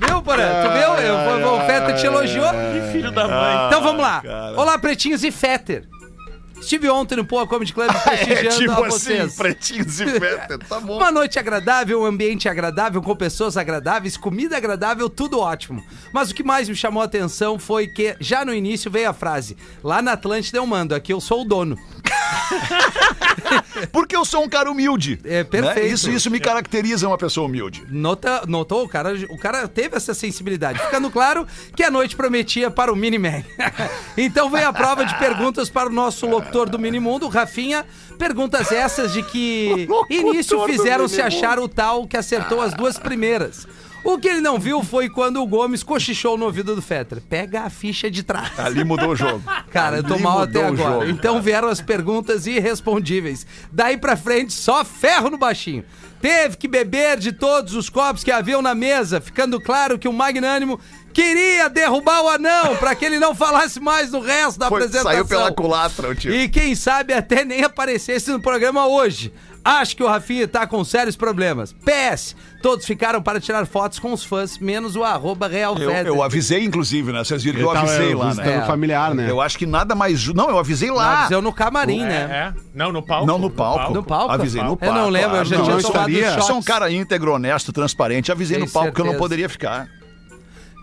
Speaker 5: Viu, Porã? Tu viu? Eu, o Feta te elogiou.
Speaker 7: Que filho da mãe.
Speaker 4: Ah,
Speaker 5: Então vamos lá. Olá, pretinhos e Fetter. Estive ontem no Poa Comedy Club
Speaker 4: É
Speaker 6: Ah,
Speaker 5: prestigiando
Speaker 4: tipo
Speaker 5: a
Speaker 4: assim,
Speaker 5: vocês.
Speaker 4: pretinhos e Peter, tá bom.
Speaker 5: Uma noite agradável, um ambiente agradável, com pessoas agradáveis, comida agradável, tudo ótimo. Mas o que mais me chamou a atenção foi que já no início veio a frase: lá na Atlântida eu mando, aqui eu sou o dono.
Speaker 4: Porque eu sou um cara humilde.
Speaker 5: É, perfeito.
Speaker 4: Isso, isso me caracteriza uma pessoa humilde.
Speaker 5: Nota, notou? O cara, o cara teve essa sensibilidade. Ficando claro que a noite prometia para o Miniman. então vem a prova de perguntas para o nosso locutor do Minimundo, Rafinha. Perguntas essas de que início fizeram-se achar o tal que acertou as duas primeiras. O que ele não viu foi quando o Gomes cochichou no ouvido do Fetter. Pega a ficha de trás.
Speaker 4: Ali mudou o jogo.
Speaker 5: Cara, eu tô
Speaker 4: Ali
Speaker 5: mal
Speaker 4: mudou
Speaker 5: até
Speaker 4: o
Speaker 5: agora.
Speaker 4: jogo,
Speaker 5: então vieram as perguntas irrespondíveis. Daí pra frente, só ferro no baixinho. Teve que beber de todos os copos que haviam na mesa, ficando claro que o magnânimo queria derrubar o anão pra que ele não falasse mais do resto da
Speaker 4: Foi-
Speaker 5: apresentação.
Speaker 4: saiu pela culatra o tio.
Speaker 5: E quem sabe até nem aparecesse no programa hoje. Acho que o Rafinha tá com sérios problemas. PS, todos ficaram para tirar fotos com os fãs, menos o arroba Real
Speaker 4: Eu,
Speaker 5: Fetter.
Speaker 4: eu avisei, inclusive, né? Vocês viram que eu
Speaker 6: Ele tava
Speaker 4: avisei lá, né?
Speaker 6: visitando
Speaker 5: É.
Speaker 6: familiar, né?
Speaker 4: Eu acho que nada mais. ju- Não, eu avisei lá.
Speaker 5: Mas eu no camarim,
Speaker 4: Ah,
Speaker 5: né?
Speaker 7: É, é. Não, no palco.
Speaker 4: Não, no palco.
Speaker 5: No palco?
Speaker 4: Avisei no
Speaker 5: Eu
Speaker 4: palco.
Speaker 5: não lembro, eu já
Speaker 6: não,
Speaker 5: tinha
Speaker 6: não
Speaker 5: tomado
Speaker 6: estaria.
Speaker 5: choque.
Speaker 4: Eu sou um cara íntegro, honesto, transparente. Avisei
Speaker 5: Tenho
Speaker 4: no palco que eu não
Speaker 5: certeza.
Speaker 4: poderia ficar.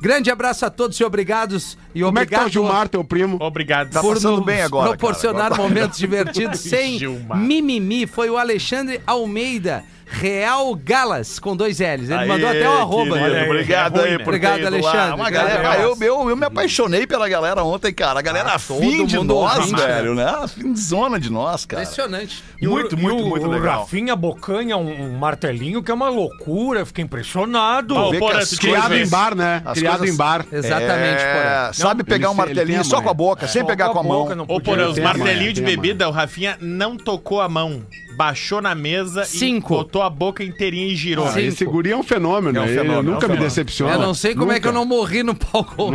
Speaker 5: Grande abraço a todos e obrigados. E
Speaker 6: Como é que tá o
Speaker 5: obrigado
Speaker 6: Gilmar, teu primo?
Speaker 7: Obrigado.
Speaker 4: Tá
Speaker 5: por
Speaker 4: passando
Speaker 5: nos
Speaker 4: bem agora, cara.
Speaker 5: proporcionar
Speaker 4: Agora-
Speaker 5: momentos divertidos sem
Speaker 7: Gilmar.
Speaker 5: mimimi. Foi o Alexandre Almeida, Real Galas, com dois L's. Ele mandou
Speaker 4: Aê,
Speaker 5: até o arroba.
Speaker 4: querido,
Speaker 7: Olha aí,
Speaker 4: Obrigado
Speaker 7: é
Speaker 4: aí,
Speaker 7: ruim, né?
Speaker 4: por
Speaker 5: Obrigado,
Speaker 4: ter ido lá.
Speaker 5: Alexandre.
Speaker 4: Uma
Speaker 5: Grande
Speaker 4: galera,
Speaker 5: abraço.
Speaker 4: eu, eu, eu me apaixonei pela galera ontem, cara. A galera é fim
Speaker 5: todo
Speaker 4: de
Speaker 5: mundo
Speaker 4: nós,
Speaker 5: ouvinte,
Speaker 4: velho, né? Fim de zona de nós, cara.
Speaker 5: Impressionante.
Speaker 8: E o-
Speaker 4: Muito,
Speaker 8: e
Speaker 4: muito,
Speaker 8: o-
Speaker 4: muito
Speaker 8: O
Speaker 4: legal.
Speaker 8: Rafinha bocanha um, um martelinho que é uma loucura, eu fiquei impressionado.
Speaker 7: Bom,
Speaker 4: Vê que
Speaker 7: Porã,
Speaker 4: as
Speaker 7: tu tinha
Speaker 6: Criado
Speaker 7: coisas-
Speaker 6: em bar, né?
Speaker 4: As
Speaker 6: Criado
Speaker 4: coisas-
Speaker 6: em bar.
Speaker 5: Exatamente,
Speaker 4: é,
Speaker 5: porém.
Speaker 4: Sabe
Speaker 6: Não,
Speaker 4: pegar um
Speaker 6: ele- ele tem
Speaker 4: martelinho
Speaker 6: a
Speaker 4: só
Speaker 6: mão,
Speaker 4: com a boca, sem
Speaker 8: Só
Speaker 4: pegar com a mão.
Speaker 8: boca, não
Speaker 7: Ô,
Speaker 8: podia.
Speaker 7: Porã, os
Speaker 6: Tem a mãe,
Speaker 7: martelinhos de
Speaker 6: tem a mãe.
Speaker 7: bebida, o Rafinha não tocou a mão. Baixou na mesa
Speaker 5: Cinco.
Speaker 7: e botou a boca inteirinha e girou.
Speaker 6: Ah,
Speaker 5: Sim.
Speaker 6: Esse guri é um fenômeno.
Speaker 4: É um
Speaker 6: ele
Speaker 4: fenômeno, é um
Speaker 6: nunca me
Speaker 4: fenômeno.
Speaker 6: decepciona.
Speaker 5: Eu não sei como é que eu
Speaker 6: Nunca.
Speaker 5: não morri no palco.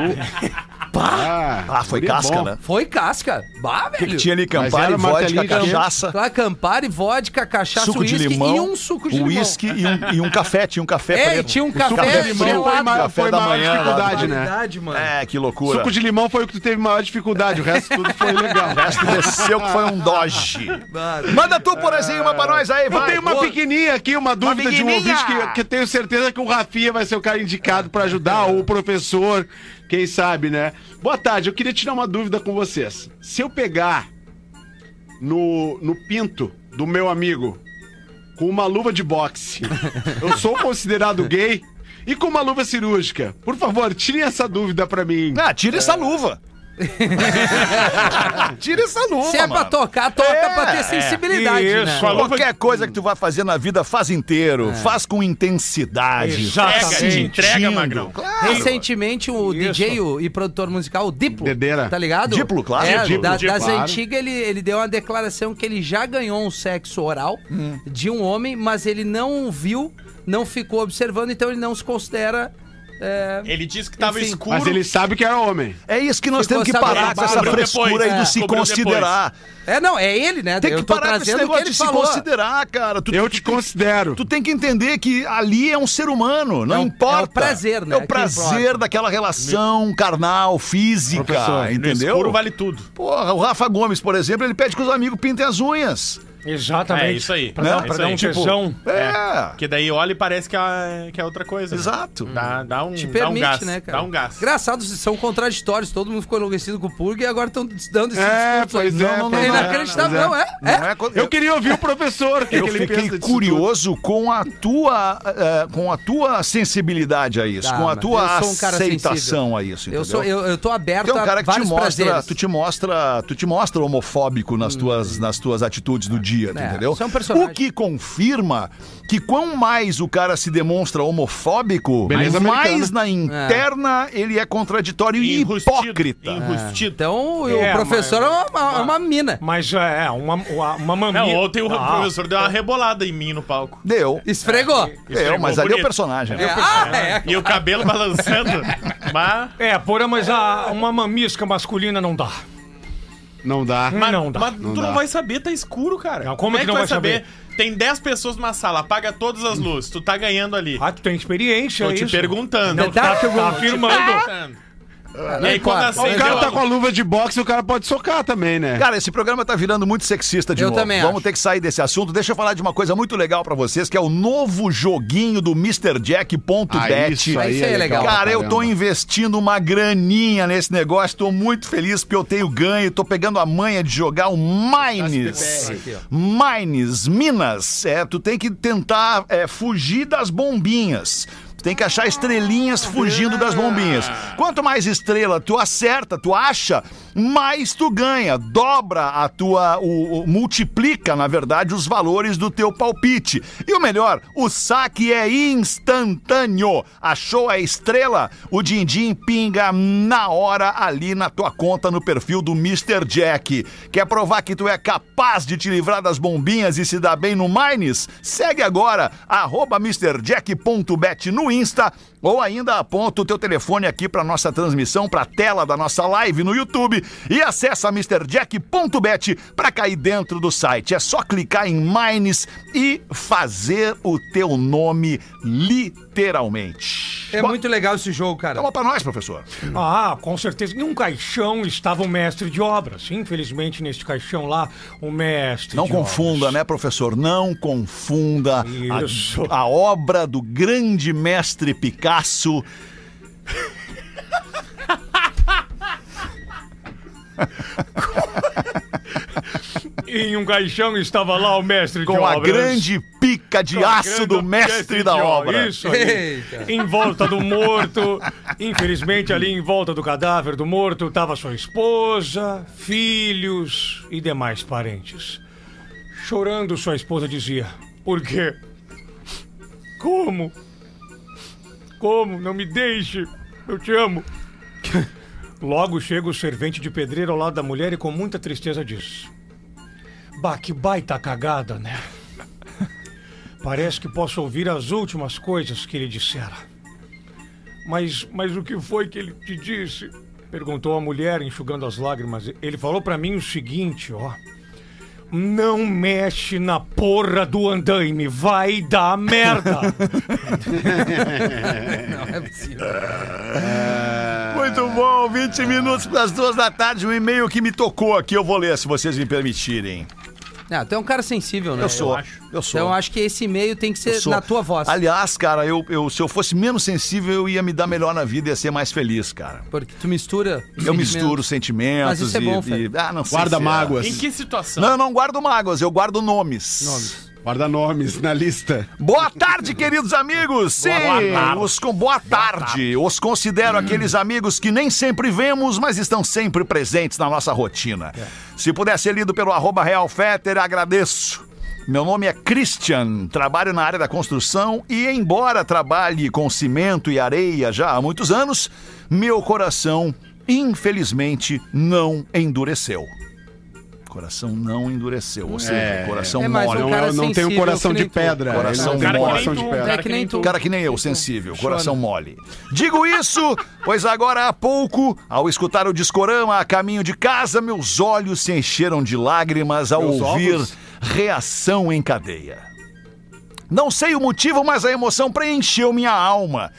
Speaker 5: Pá!
Speaker 4: Ah, foi
Speaker 6: guri é
Speaker 4: casca,
Speaker 6: bom.
Speaker 4: né?
Speaker 5: Foi casca. Bah,
Speaker 4: O que,
Speaker 5: velho.
Speaker 4: que tinha ali? Campari,
Speaker 6: era
Speaker 4: vodka,
Speaker 6: martelinho de quê?
Speaker 4: cachaça,
Speaker 5: Lá, Campari, vodka, cachaça,
Speaker 4: suco de
Speaker 5: uísque
Speaker 4: limão,
Speaker 5: e um suco de limão.
Speaker 4: uísque e um, e um café. Tinha um café
Speaker 5: É,
Speaker 4: preto.
Speaker 5: tinha um
Speaker 6: O suco
Speaker 5: café
Speaker 6: de limão foi,
Speaker 5: gelado.
Speaker 6: ma
Speaker 4: Café
Speaker 6: foi
Speaker 4: da
Speaker 6: maior
Speaker 4: manhã lá do-
Speaker 6: dificuldade, né?
Speaker 5: Qualidade, mano.
Speaker 4: É, que
Speaker 6: O
Speaker 4: loucura.
Speaker 6: suco de limão foi o que tu teve maior dificuldade. O resto tudo foi legal.
Speaker 4: O resto desceu que foi um doge. Manda tu, porazinho, uma pra nós aí,
Speaker 6: Eu
Speaker 4: vai.
Speaker 6: tenho uma
Speaker 4: Boa.
Speaker 6: pequenininha aqui, uma dúvida de um
Speaker 4: pequenininha.
Speaker 6: ouvinte que, que eu tenho certeza que o Rafinha vai ser o cara indicado pra ajudar, ou o professor, quem sabe, né? Boa tarde, eu queria tirar uma dúvida com vocês. Se eu pegar no, no pinto do meu amigo com uma luva de boxe, eu sou considerado gay? E com uma luva cirúrgica? Por favor, tirem essa dúvida pra mim.
Speaker 4: Ah, tira essa luva. tira essa luva,
Speaker 5: Se é pra
Speaker 4: mano.
Speaker 5: tocar, toca
Speaker 4: É,
Speaker 5: pra
Speaker 4: é.
Speaker 5: ter sensibilidade,
Speaker 8: Isso,
Speaker 5: né?
Speaker 8: a luva
Speaker 4: Qualquer coisa que tu vai fazer na vida, faz
Speaker 5: É.
Speaker 4: inteiro. Faz com intensidade.
Speaker 8: Exatamente.
Speaker 4: Faz
Speaker 7: Entrega, te entrega,
Speaker 4: sentindo.
Speaker 7: magrão.
Speaker 4: Claro.
Speaker 5: Recentemente, o
Speaker 8: Isso.
Speaker 5: DJ o- e produtor musical, o Diplo,
Speaker 6: Dedeira.
Speaker 5: tá ligado?
Speaker 4: Diplo, claro.
Speaker 5: É,
Speaker 4: Diplo,
Speaker 5: da-
Speaker 6: Diplo.
Speaker 5: das
Speaker 6: Claro.
Speaker 5: antigas, ele, ele deu uma declaração que ele já ganhou um sexo oral de um homem, mas ele não viu, não ficou observando, então ele não se considera... é,
Speaker 7: Ele disse que tava
Speaker 5: Enfim.
Speaker 7: escuro.
Speaker 6: Mas ele sabe que era homem.
Speaker 4: É isso que nós
Speaker 5: Ficou
Speaker 4: temos que parar
Speaker 5: sabendo.
Speaker 4: com essa
Speaker 7: Descobriu
Speaker 4: frescura
Speaker 7: depois.
Speaker 4: aí do se
Speaker 7: Descobriu
Speaker 4: considerar.
Speaker 5: É, não, é ele, né?
Speaker 4: Tem
Speaker 5: Eu
Speaker 4: que
Speaker 5: tô
Speaker 4: parar com esse
Speaker 5: trazendo o que
Speaker 4: negócio
Speaker 5: ele
Speaker 4: de se
Speaker 5: falou.
Speaker 4: considerar, cara. Tu,
Speaker 6: Eu
Speaker 4: tu-
Speaker 6: te
Speaker 4: tu-
Speaker 6: considero.
Speaker 4: Tu tem que entender que ali é um ser humano, não
Speaker 5: É o-
Speaker 4: importa.
Speaker 5: é o prazer, né,
Speaker 4: É o
Speaker 5: que
Speaker 4: prazer
Speaker 5: importa.
Speaker 4: daquela relação carnal, física,
Speaker 7: No
Speaker 4: entendeu?
Speaker 7: escuro vale tudo.
Speaker 4: Porra, o Rafa Gomes, por exemplo, ele pede que os amigos pintem as unhas.
Speaker 8: Exatamente.
Speaker 7: É isso aí.
Speaker 8: Pra,
Speaker 7: Né?
Speaker 8: dar, pra
Speaker 7: Isso
Speaker 8: dar
Speaker 7: aí.
Speaker 8: um
Speaker 7: Tipo,
Speaker 8: tesão.
Speaker 4: É.
Speaker 7: Porque daí olha e parece que é, que é outra coisa. né?
Speaker 4: Exato.
Speaker 5: Hum.
Speaker 7: Dá, dá um,
Speaker 5: Te
Speaker 7: dá um
Speaker 5: permite,
Speaker 7: gás.
Speaker 5: né, cara?
Speaker 7: Dá um gás.
Speaker 5: Engraçados, são contraditórios. Todo mundo ficou enlouquecido com o Purg e agora estão dando esse
Speaker 6: É,
Speaker 5: discurso aí.
Speaker 6: pois é,
Speaker 5: É
Speaker 6: pois é,
Speaker 5: inacreditável, não, é?
Speaker 4: Não é co-
Speaker 6: Eu queria ouvir o professor. o que
Speaker 4: Eu
Speaker 6: que ele
Speaker 4: fiquei
Speaker 6: pensa disso
Speaker 4: curioso com a tua eh, com a tua sensibilidade a isso,
Speaker 5: Tá,
Speaker 4: com a
Speaker 5: mas
Speaker 4: tua
Speaker 5: eu sou um cara
Speaker 4: aceitação
Speaker 5: sensível.
Speaker 4: a isso, entendeu?
Speaker 5: Eu, sou, eu, eu tô aberto
Speaker 4: Tu é um
Speaker 5: a
Speaker 4: cara que te
Speaker 5: vários
Speaker 4: mostra,
Speaker 5: prazeres. Hum.
Speaker 4: tu te mostra, tu te mostra homofóbico nas tuas nas tuas atitudes do dia, tu
Speaker 5: É,
Speaker 4: entendeu?
Speaker 5: isso é um personagem.
Speaker 4: O que confirma que quanto mais o cara se demonstra homofóbico,
Speaker 6: Beleza
Speaker 4: mais
Speaker 6: americana.
Speaker 5: É.
Speaker 4: na interna ele é contraditório e
Speaker 7: Enrustido,
Speaker 4: hipócrita.
Speaker 7: Enrustido.
Speaker 5: Então,
Speaker 8: É,
Speaker 5: o professor
Speaker 8: mas-
Speaker 5: é, uma, é uma mina.
Speaker 8: Mas já é, uma, uma, uma mamia.
Speaker 7: Não, ontem o
Speaker 8: Ah,
Speaker 7: professor deu uma rebolada em mim no palco.
Speaker 4: Deu.
Speaker 5: Esfregou.
Speaker 4: Deu, mas ali é o
Speaker 7: bonito.
Speaker 4: personagem. né?
Speaker 5: É, ah, é.
Speaker 7: E o cabelo balançando. Mas,
Speaker 8: É, porra, mas a, uma mamisca masculina não dá.
Speaker 6: Não dá.
Speaker 7: mas-
Speaker 8: não dá.
Speaker 7: mas
Speaker 6: Não
Speaker 7: tu
Speaker 6: dá.
Speaker 7: não vai saber, tá escuro, cara.
Speaker 8: Não, como é que
Speaker 7: tu
Speaker 8: não vai
Speaker 7: Tem 10 pessoas numa sala, apaga todas as luzes, tu tá ganhando ali.
Speaker 8: Ah, tu tem experiência,
Speaker 7: Tô
Speaker 8: é
Speaker 7: te
Speaker 8: isso.
Speaker 7: perguntando.
Speaker 5: Não, tá-
Speaker 8: Tá afirmando.
Speaker 7: E aí quando
Speaker 5: importa.
Speaker 6: O
Speaker 7: acendeu...
Speaker 6: cara tá
Speaker 7: a-
Speaker 6: com a luva de boxe, o cara pode socar também, né?
Speaker 4: Cara, esse programa tá virando muito sexista de
Speaker 5: Eu
Speaker 4: novo.
Speaker 5: também
Speaker 4: Vamos
Speaker 5: acho.
Speaker 4: ter que sair desse assunto. Deixa eu falar de uma coisa muito legal pra vocês, que é o novo joguinho do MrJack.bet.
Speaker 5: Ah, Isso aí é legal.
Speaker 4: Cara, eu tô
Speaker 6: em.
Speaker 4: investindo uma graninha nesse negócio, tô muito feliz porque eu tenho ganho, tô pegando a manha de jogar o Mines. Mines, Minas, é, tu tem que tentar é, fugir das bombinhas. Tu tem que achar estrelinhas fugindo das bombinhas. Quanto mais estrela tu acerta, tu acha, mais tu ganha. Dobra a tua. o- o- multiplica, na verdade, os valores do teu palpite. E o melhor, o saque é instantâneo. Achou a estrela? O din-din pinga na hora ali na tua conta no perfil do Mr. Jack. Quer provar que tu é capaz de te livrar das bombinhas e se dar bem no Mines? Segue agora, arroba mrjack.bet no Insta ou ainda aponta o teu telefone aqui para nossa transmissão, para a tela da nossa live no YouTube e acessa mrjack.bet para cair dentro do site. É só clicar em Mines e fazer o teu nome literalmente.
Speaker 5: É muito legal esse jogo, cara.
Speaker 4: Toma pra nós, professor.
Speaker 8: Ah, com certeza. Em um caixão estava o mestre de obras. Infelizmente, neste caixão lá, o mestre.
Speaker 4: Não
Speaker 8: de
Speaker 4: confunda,
Speaker 8: obras.
Speaker 4: né, professor? Não confunda a-
Speaker 8: Isso.
Speaker 4: a, obra do grande mestre Picasso.
Speaker 8: Em um caixão estava lá o mestre de
Speaker 4: Com
Speaker 8: obras.
Speaker 4: a grande pica de
Speaker 8: Com a
Speaker 4: aço
Speaker 8: grande
Speaker 4: do mestre
Speaker 8: de
Speaker 4: da
Speaker 8: obras.
Speaker 4: obra.
Speaker 8: Isso aí.
Speaker 5: Eita.
Speaker 8: Em volta do morto. Infelizmente, ali em volta do cadáver do morto estava sua esposa, filhos e demais parentes. Chorando, sua esposa dizia: Por quê? Como? Como? Não me deixe. Eu te amo. Logo chega o servente de pedreiro ao lado da mulher e com muita tristeza diz: Bah, que baita cagada, né? Parece que posso ouvir as últimas coisas que ele dissera. Mas, mas o que foi que ele te disse? Perguntou a mulher, enxugando as lágrimas. Ele falou pra mim o seguinte, ó. Não mexe na porra do andaime, vai dar merda.
Speaker 5: Não é possível.
Speaker 4: É. Muito bom, 20 minutos para as duas da tarde, um e-mail que me tocou aqui, eu vou ler se vocês me permitirem.
Speaker 5: Não, tu é um cara sensível, né?
Speaker 4: Eu sou, eu
Speaker 5: Então eu
Speaker 4: sou.
Speaker 5: acho que esse e-mail tem que
Speaker 4: eu
Speaker 5: ser
Speaker 4: sou.
Speaker 5: na tua voz.
Speaker 4: Aliás, cara, eu, eu- se eu fosse menos sensível, eu ia me dar melhor na vida, ia ser mais feliz, cara.
Speaker 5: Porque tu mistura.
Speaker 4: Eu misturo sentimentos
Speaker 5: Mas isso é
Speaker 4: e-
Speaker 5: bom,
Speaker 4: e,
Speaker 5: Fred.
Speaker 4: ah, não sei
Speaker 6: Guarda
Speaker 4: se é.
Speaker 6: mágoas.
Speaker 7: Em que situação?
Speaker 4: Não, eu não guardo mágoas, eu guardo nomes.
Speaker 5: Nomes.
Speaker 6: Guarda nomes na lista.
Speaker 4: Boa tarde, queridos amigos. Sim, os com boa tarde. Os considero aqueles amigos que nem sempre vemos, mas estão sempre presentes na nossa rotina. Se puder ser lido pelo arroba Real Fetter, agradeço. Meu nome é Christian, trabalho na área da construção e, embora trabalhe com cimento e areia já há muitos anos, meu coração, infelizmente, não endureceu. Coração não endureceu, ou seja, coração
Speaker 5: É, mas
Speaker 4: mole.
Speaker 5: um
Speaker 6: Não,
Speaker 5: cara
Speaker 6: é- não tem o
Speaker 5: sensível,
Speaker 6: coração
Speaker 5: que
Speaker 6: de
Speaker 5: nem tu.
Speaker 6: pedra. ele
Speaker 4: Coração
Speaker 6: não tem
Speaker 4: mole.
Speaker 6: coração de pedra.
Speaker 5: É que nem tu.
Speaker 4: Um Cara que nem eu,
Speaker 5: né?
Speaker 4: sensível, coração mole. Digo isso, pois agora há pouco, ao escutar o discorama a caminho de casa, meus olhos se encheram de lágrimas ao
Speaker 6: Meus
Speaker 4: ouvir
Speaker 6: ovos?
Speaker 4: reação em cadeia. Não sei o motivo, mas a emoção preencheu minha alma.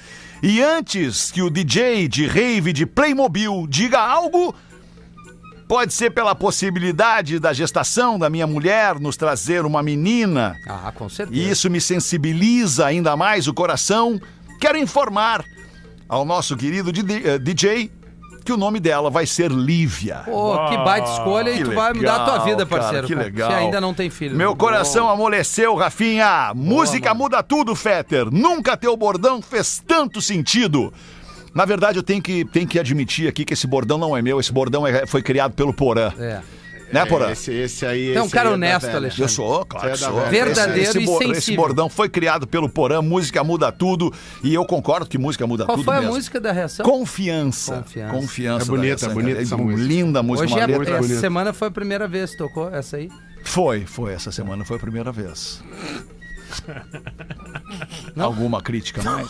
Speaker 4: E antes que o DJ de rave de Playmobil diga algo, pode ser pela possibilidade da gestação da minha mulher nos trazer uma menina.
Speaker 5: Ah, com certeza.
Speaker 4: E isso me sensibiliza ainda mais o coração. Quero informar ao nosso querido di- eh, DJ que o nome dela vai ser Lívia.
Speaker 5: Pô, que baita escolha e
Speaker 4: que
Speaker 5: tu vai mudar a tua
Speaker 4: legal,
Speaker 5: vida,
Speaker 4: cara,
Speaker 5: parceiro.
Speaker 4: que legal.
Speaker 5: Se ainda não tem filho. né?
Speaker 4: Meu coração amoleceu, Rafinha. Música muda tudo, Fetter. Nunca teu bordão fez tanto sentido. Na verdade, eu tenho que, tenho que admitir aqui que esse bordão não é meu, esse bordão é- foi criado pelo Porã.
Speaker 5: É.
Speaker 4: Né, Porã?
Speaker 6: Esse, esse aí.
Speaker 5: Você é um
Speaker 6: esse
Speaker 5: cara
Speaker 6: aí da
Speaker 5: honesto,
Speaker 6: velha.
Speaker 5: Alexandre.
Speaker 4: Eu sou, claro que
Speaker 6: Você é da
Speaker 4: sou.
Speaker 6: velha.
Speaker 5: Verdadeiro
Speaker 4: esse,
Speaker 5: e
Speaker 4: bo- Esse
Speaker 5: sensível.
Speaker 4: bordão foi criado pelo Porã, música muda tudo, e eu concordo que música muda
Speaker 5: Qual
Speaker 4: tudo
Speaker 5: foi a
Speaker 4: mesmo.
Speaker 5: música da reação?
Speaker 4: Confiança.
Speaker 5: Confiança.
Speaker 4: Confiança
Speaker 6: É bonita,
Speaker 4: da Alessandra.
Speaker 6: bonita
Speaker 4: É
Speaker 6: essa música.
Speaker 4: Linda a música,
Speaker 5: Hoje
Speaker 4: uma
Speaker 5: é,
Speaker 4: letra
Speaker 5: essa
Speaker 6: bonita.
Speaker 5: semana foi a primeira vez que tocou essa aí.
Speaker 4: Foi, foi. Essa semana foi a primeira vez. Alguma crítica mais?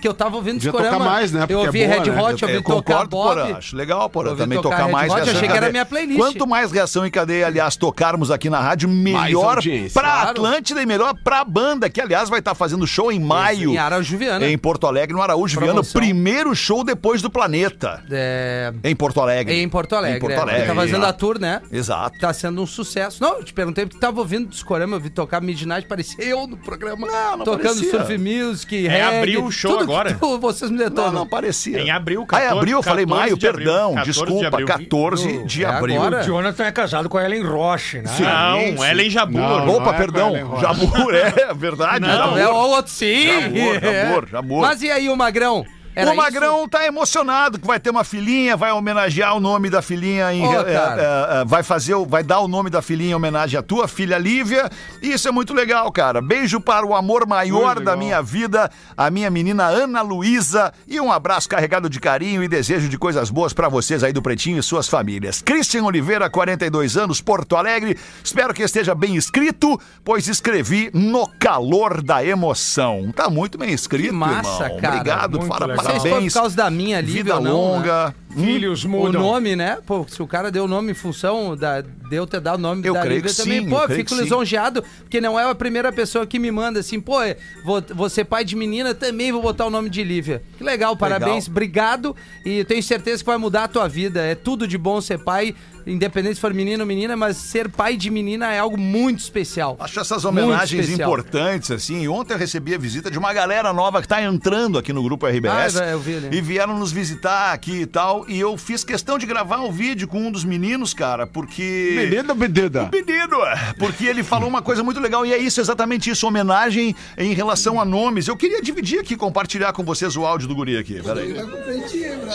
Speaker 5: Que eu tava ouvindo
Speaker 6: Devia
Speaker 5: Discorama.
Speaker 6: tocar mais, né? Porque
Speaker 5: Eu
Speaker 6: é
Speaker 5: ouvi
Speaker 6: boa,
Speaker 5: Red
Speaker 6: né?
Speaker 5: Hot, eu ouvi
Speaker 4: Eu
Speaker 5: tocar
Speaker 4: concordo,
Speaker 5: Bob.
Speaker 4: Porã. Acho legal, Porã.
Speaker 5: Ouvi
Speaker 4: Também
Speaker 5: tocar
Speaker 4: tocar,
Speaker 5: Red
Speaker 4: mais
Speaker 5: Hot,
Speaker 4: reação
Speaker 5: achei
Speaker 4: em
Speaker 5: que era
Speaker 4: cadeia.
Speaker 5: minha playlist.
Speaker 4: Quanto mais reação em cadeia, aliás, tocarmos aqui na rádio, melhor
Speaker 6: audiência.
Speaker 4: pra
Speaker 5: Claro.
Speaker 4: Atlântida e melhor pra banda, que aliás vai estar fazendo show em maio
Speaker 5: Em Ara Juliana.
Speaker 4: em Porto Alegre, no Araújo Viana.
Speaker 5: Promoção.
Speaker 4: Primeiro show depois do Planeta.
Speaker 5: É,
Speaker 4: Em Porto Alegre.
Speaker 5: em Porto Alegre.
Speaker 4: Em Porto
Speaker 5: é.
Speaker 4: Alegre.
Speaker 5: Ele tá fazendo a
Speaker 4: exato.
Speaker 5: tour, né?
Speaker 4: Exato.
Speaker 5: Tá sendo um sucesso. Não, eu te perguntei porque tava ouvindo Discorama, eu vi tocar Midnight, parecia eu no programa.
Speaker 4: Não, não
Speaker 5: tocando
Speaker 4: parecia.
Speaker 5: surf music,
Speaker 7: É,
Speaker 5: reggae,
Speaker 7: abriu o show
Speaker 5: tudo que
Speaker 7: agora.
Speaker 5: tu- vocês me
Speaker 4: Não,
Speaker 5: detonam.
Speaker 4: não parecia.
Speaker 7: Em abril,
Speaker 4: Ah,
Speaker 7: 14,
Speaker 4: é abril, eu falei
Speaker 7: 14
Speaker 4: maio,
Speaker 7: de abril.
Speaker 4: perdão,
Speaker 7: 14 de
Speaker 4: desculpa,
Speaker 7: abril.
Speaker 4: 14 de
Speaker 5: É
Speaker 4: abril.
Speaker 5: agora.
Speaker 8: O Jonathan é casado com a Ellen Roche, né?
Speaker 4: Sim.
Speaker 7: Não, é
Speaker 4: Sim.
Speaker 7: Ellen Jabur.
Speaker 6: Não, não.
Speaker 4: Opa,
Speaker 6: é
Speaker 4: perdão,
Speaker 6: com ela, Rocha.
Speaker 4: Jabur, é verdade,
Speaker 5: Não,
Speaker 4: Jabur.
Speaker 5: é o outro sim.
Speaker 4: Jamor,
Speaker 5: É.
Speaker 4: jamor, jamor.
Speaker 5: Mas e aí o Magrão? Era
Speaker 4: o Magrão tá emocionado que vai ter uma filhinha, vai homenagear o nome da filhinha em-
Speaker 5: Ô,
Speaker 4: eh,
Speaker 5: cara.
Speaker 4: eh, eh, vai fazer, o- vai dar o nome da filhinha em homenagem à tua filha Lívia. E Isso é muito legal, cara. Beijo para o amor maior da minha vida, a minha menina Ana Luísa e um abraço carregado de carinho e desejo de coisas boas para vocês aí do Pretinho e suas famílias. Christian Oliveira, 42 anos, Porto Alegre. Espero que esteja bem escrito, pois escrevi no calor da emoção. Tá muito bem escrito,
Speaker 5: Que massa,
Speaker 4: irmão.
Speaker 5: cara.
Speaker 4: Obrigado,
Speaker 8: Muito
Speaker 4: fala
Speaker 8: legal.
Speaker 5: Isso? Vocês foram por
Speaker 4: parabéns.
Speaker 5: causa da minha ali,
Speaker 4: Vida
Speaker 5: ou não, Né?
Speaker 4: longa.
Speaker 8: Filhos
Speaker 5: O
Speaker 8: mudam.
Speaker 5: nome, né? Pô, se o cara deu o nome em função da, de eu ter dado o nome
Speaker 4: Eu
Speaker 5: da
Speaker 4: creio
Speaker 5: Lívia
Speaker 4: que
Speaker 5: também.
Speaker 4: sim,
Speaker 5: Pô,
Speaker 4: eu
Speaker 5: eu
Speaker 4: creio
Speaker 5: fico
Speaker 4: que sim.
Speaker 5: lisonjeado, porque não é a primeira pessoa que me manda assim, pô, vou, vou ser pai de menina, também vou botar o nome de Lívia. Que legal, parabéns, obrigado. E tenho certeza que vai mudar a tua vida. É tudo de bom ser pai, independente se for menino ou menina, mas ser pai de menina é algo muito especial.
Speaker 4: Acho essas
Speaker 5: Muito
Speaker 4: homenagens
Speaker 5: especial.
Speaker 4: importantes, assim. Ontem eu recebi a visita de uma galera nova que tá entrando aqui no grupo RBS.
Speaker 5: Ah, eu vi ali.
Speaker 4: E vieram nos visitar aqui e tal. E eu fiz questão de gravar um vídeo com um dos meninos, cara, porque.
Speaker 6: Menino ou menina?
Speaker 4: Menino, porque ele falou uma coisa muito legal e é isso, exatamente isso, homenagem em relação a nomes. Eu queria dividir aqui, compartilhar com vocês o áudio do guri aqui. Peraí.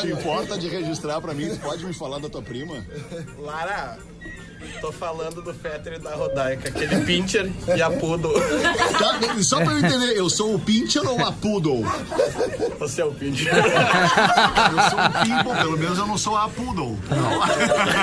Speaker 10: Te importa de registrar pra mim? Tu pode me falar da tua prima?
Speaker 11: Lara, tô falando do Fetter e da Rodaica, aquele pincher e apudo.
Speaker 10: Tá, só pra eu entender, eu sou o Pincher ou a Poodle?
Speaker 11: Você é o pincher.
Speaker 10: Eu sou o Pimple, pelo menos eu não sou a Poodle.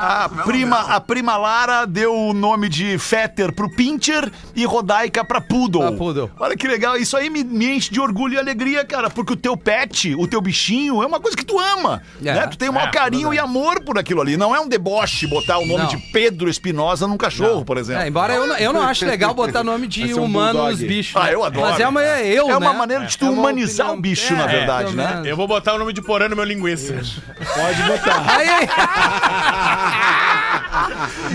Speaker 4: A prima, a prima Lara deu o nome de Fetter pro Pincher e Rodaica pra Poodle.
Speaker 5: Pra Poodle.
Speaker 4: Olha que legal, isso aí me, me enche de orgulho e alegria, cara, porque o teu pet, o teu bichinho, é uma coisa que tu ama,
Speaker 5: É.
Speaker 4: né? Tu tem o maior carinho e amor por aquilo ali. Não é um deboche botar o nome
Speaker 5: Não.
Speaker 4: de Pedro Espinosa num cachorro, por exemplo.
Speaker 5: É, embora eu não, eu não acho legal botar nome de
Speaker 6: Vai ser um
Speaker 5: humano
Speaker 6: bulldog.
Speaker 5: nos bichos.
Speaker 4: Ah,
Speaker 5: né?
Speaker 4: eu adoro.
Speaker 5: Mas é uma, é eu,
Speaker 4: É uma
Speaker 5: né?
Speaker 4: maneira de tu
Speaker 5: É uma
Speaker 4: humanizar
Speaker 5: opinião- É,
Speaker 4: o bicho, na verdade,
Speaker 5: pelo
Speaker 4: né?
Speaker 5: menos.
Speaker 7: Eu vou botar o nome de Porã no meu linguiça.
Speaker 5: Aí, aí.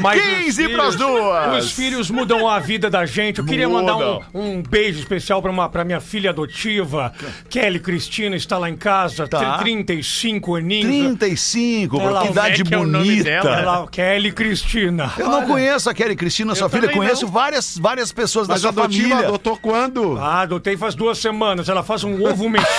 Speaker 8: Mas os
Speaker 4: 15 pras
Speaker 8: filhos-
Speaker 4: duas!
Speaker 8: Os filhos mudam a vida da gente. Eu queria mandar um, um beijo especial pra, uma, pra minha filha adotiva, Kelly Cristina, está lá em casa,
Speaker 4: Tá.
Speaker 8: tem 35 aninhos.
Speaker 4: 35,
Speaker 8: Ela-
Speaker 4: que idade
Speaker 7: como é que é o nome
Speaker 4: bonita.
Speaker 7: dela?
Speaker 8: Ela- Kelly Cristina.
Speaker 4: Eu não conheço a Kelly Cristina, sua filha.
Speaker 7: também
Speaker 4: Conheço
Speaker 7: não.
Speaker 4: várias, várias pessoas da
Speaker 6: Mas a
Speaker 4: sua
Speaker 6: adotiva
Speaker 4: família.
Speaker 6: adotou quando?
Speaker 8: Ah, adotei faz duas semanas. Ela faz um ovo mexido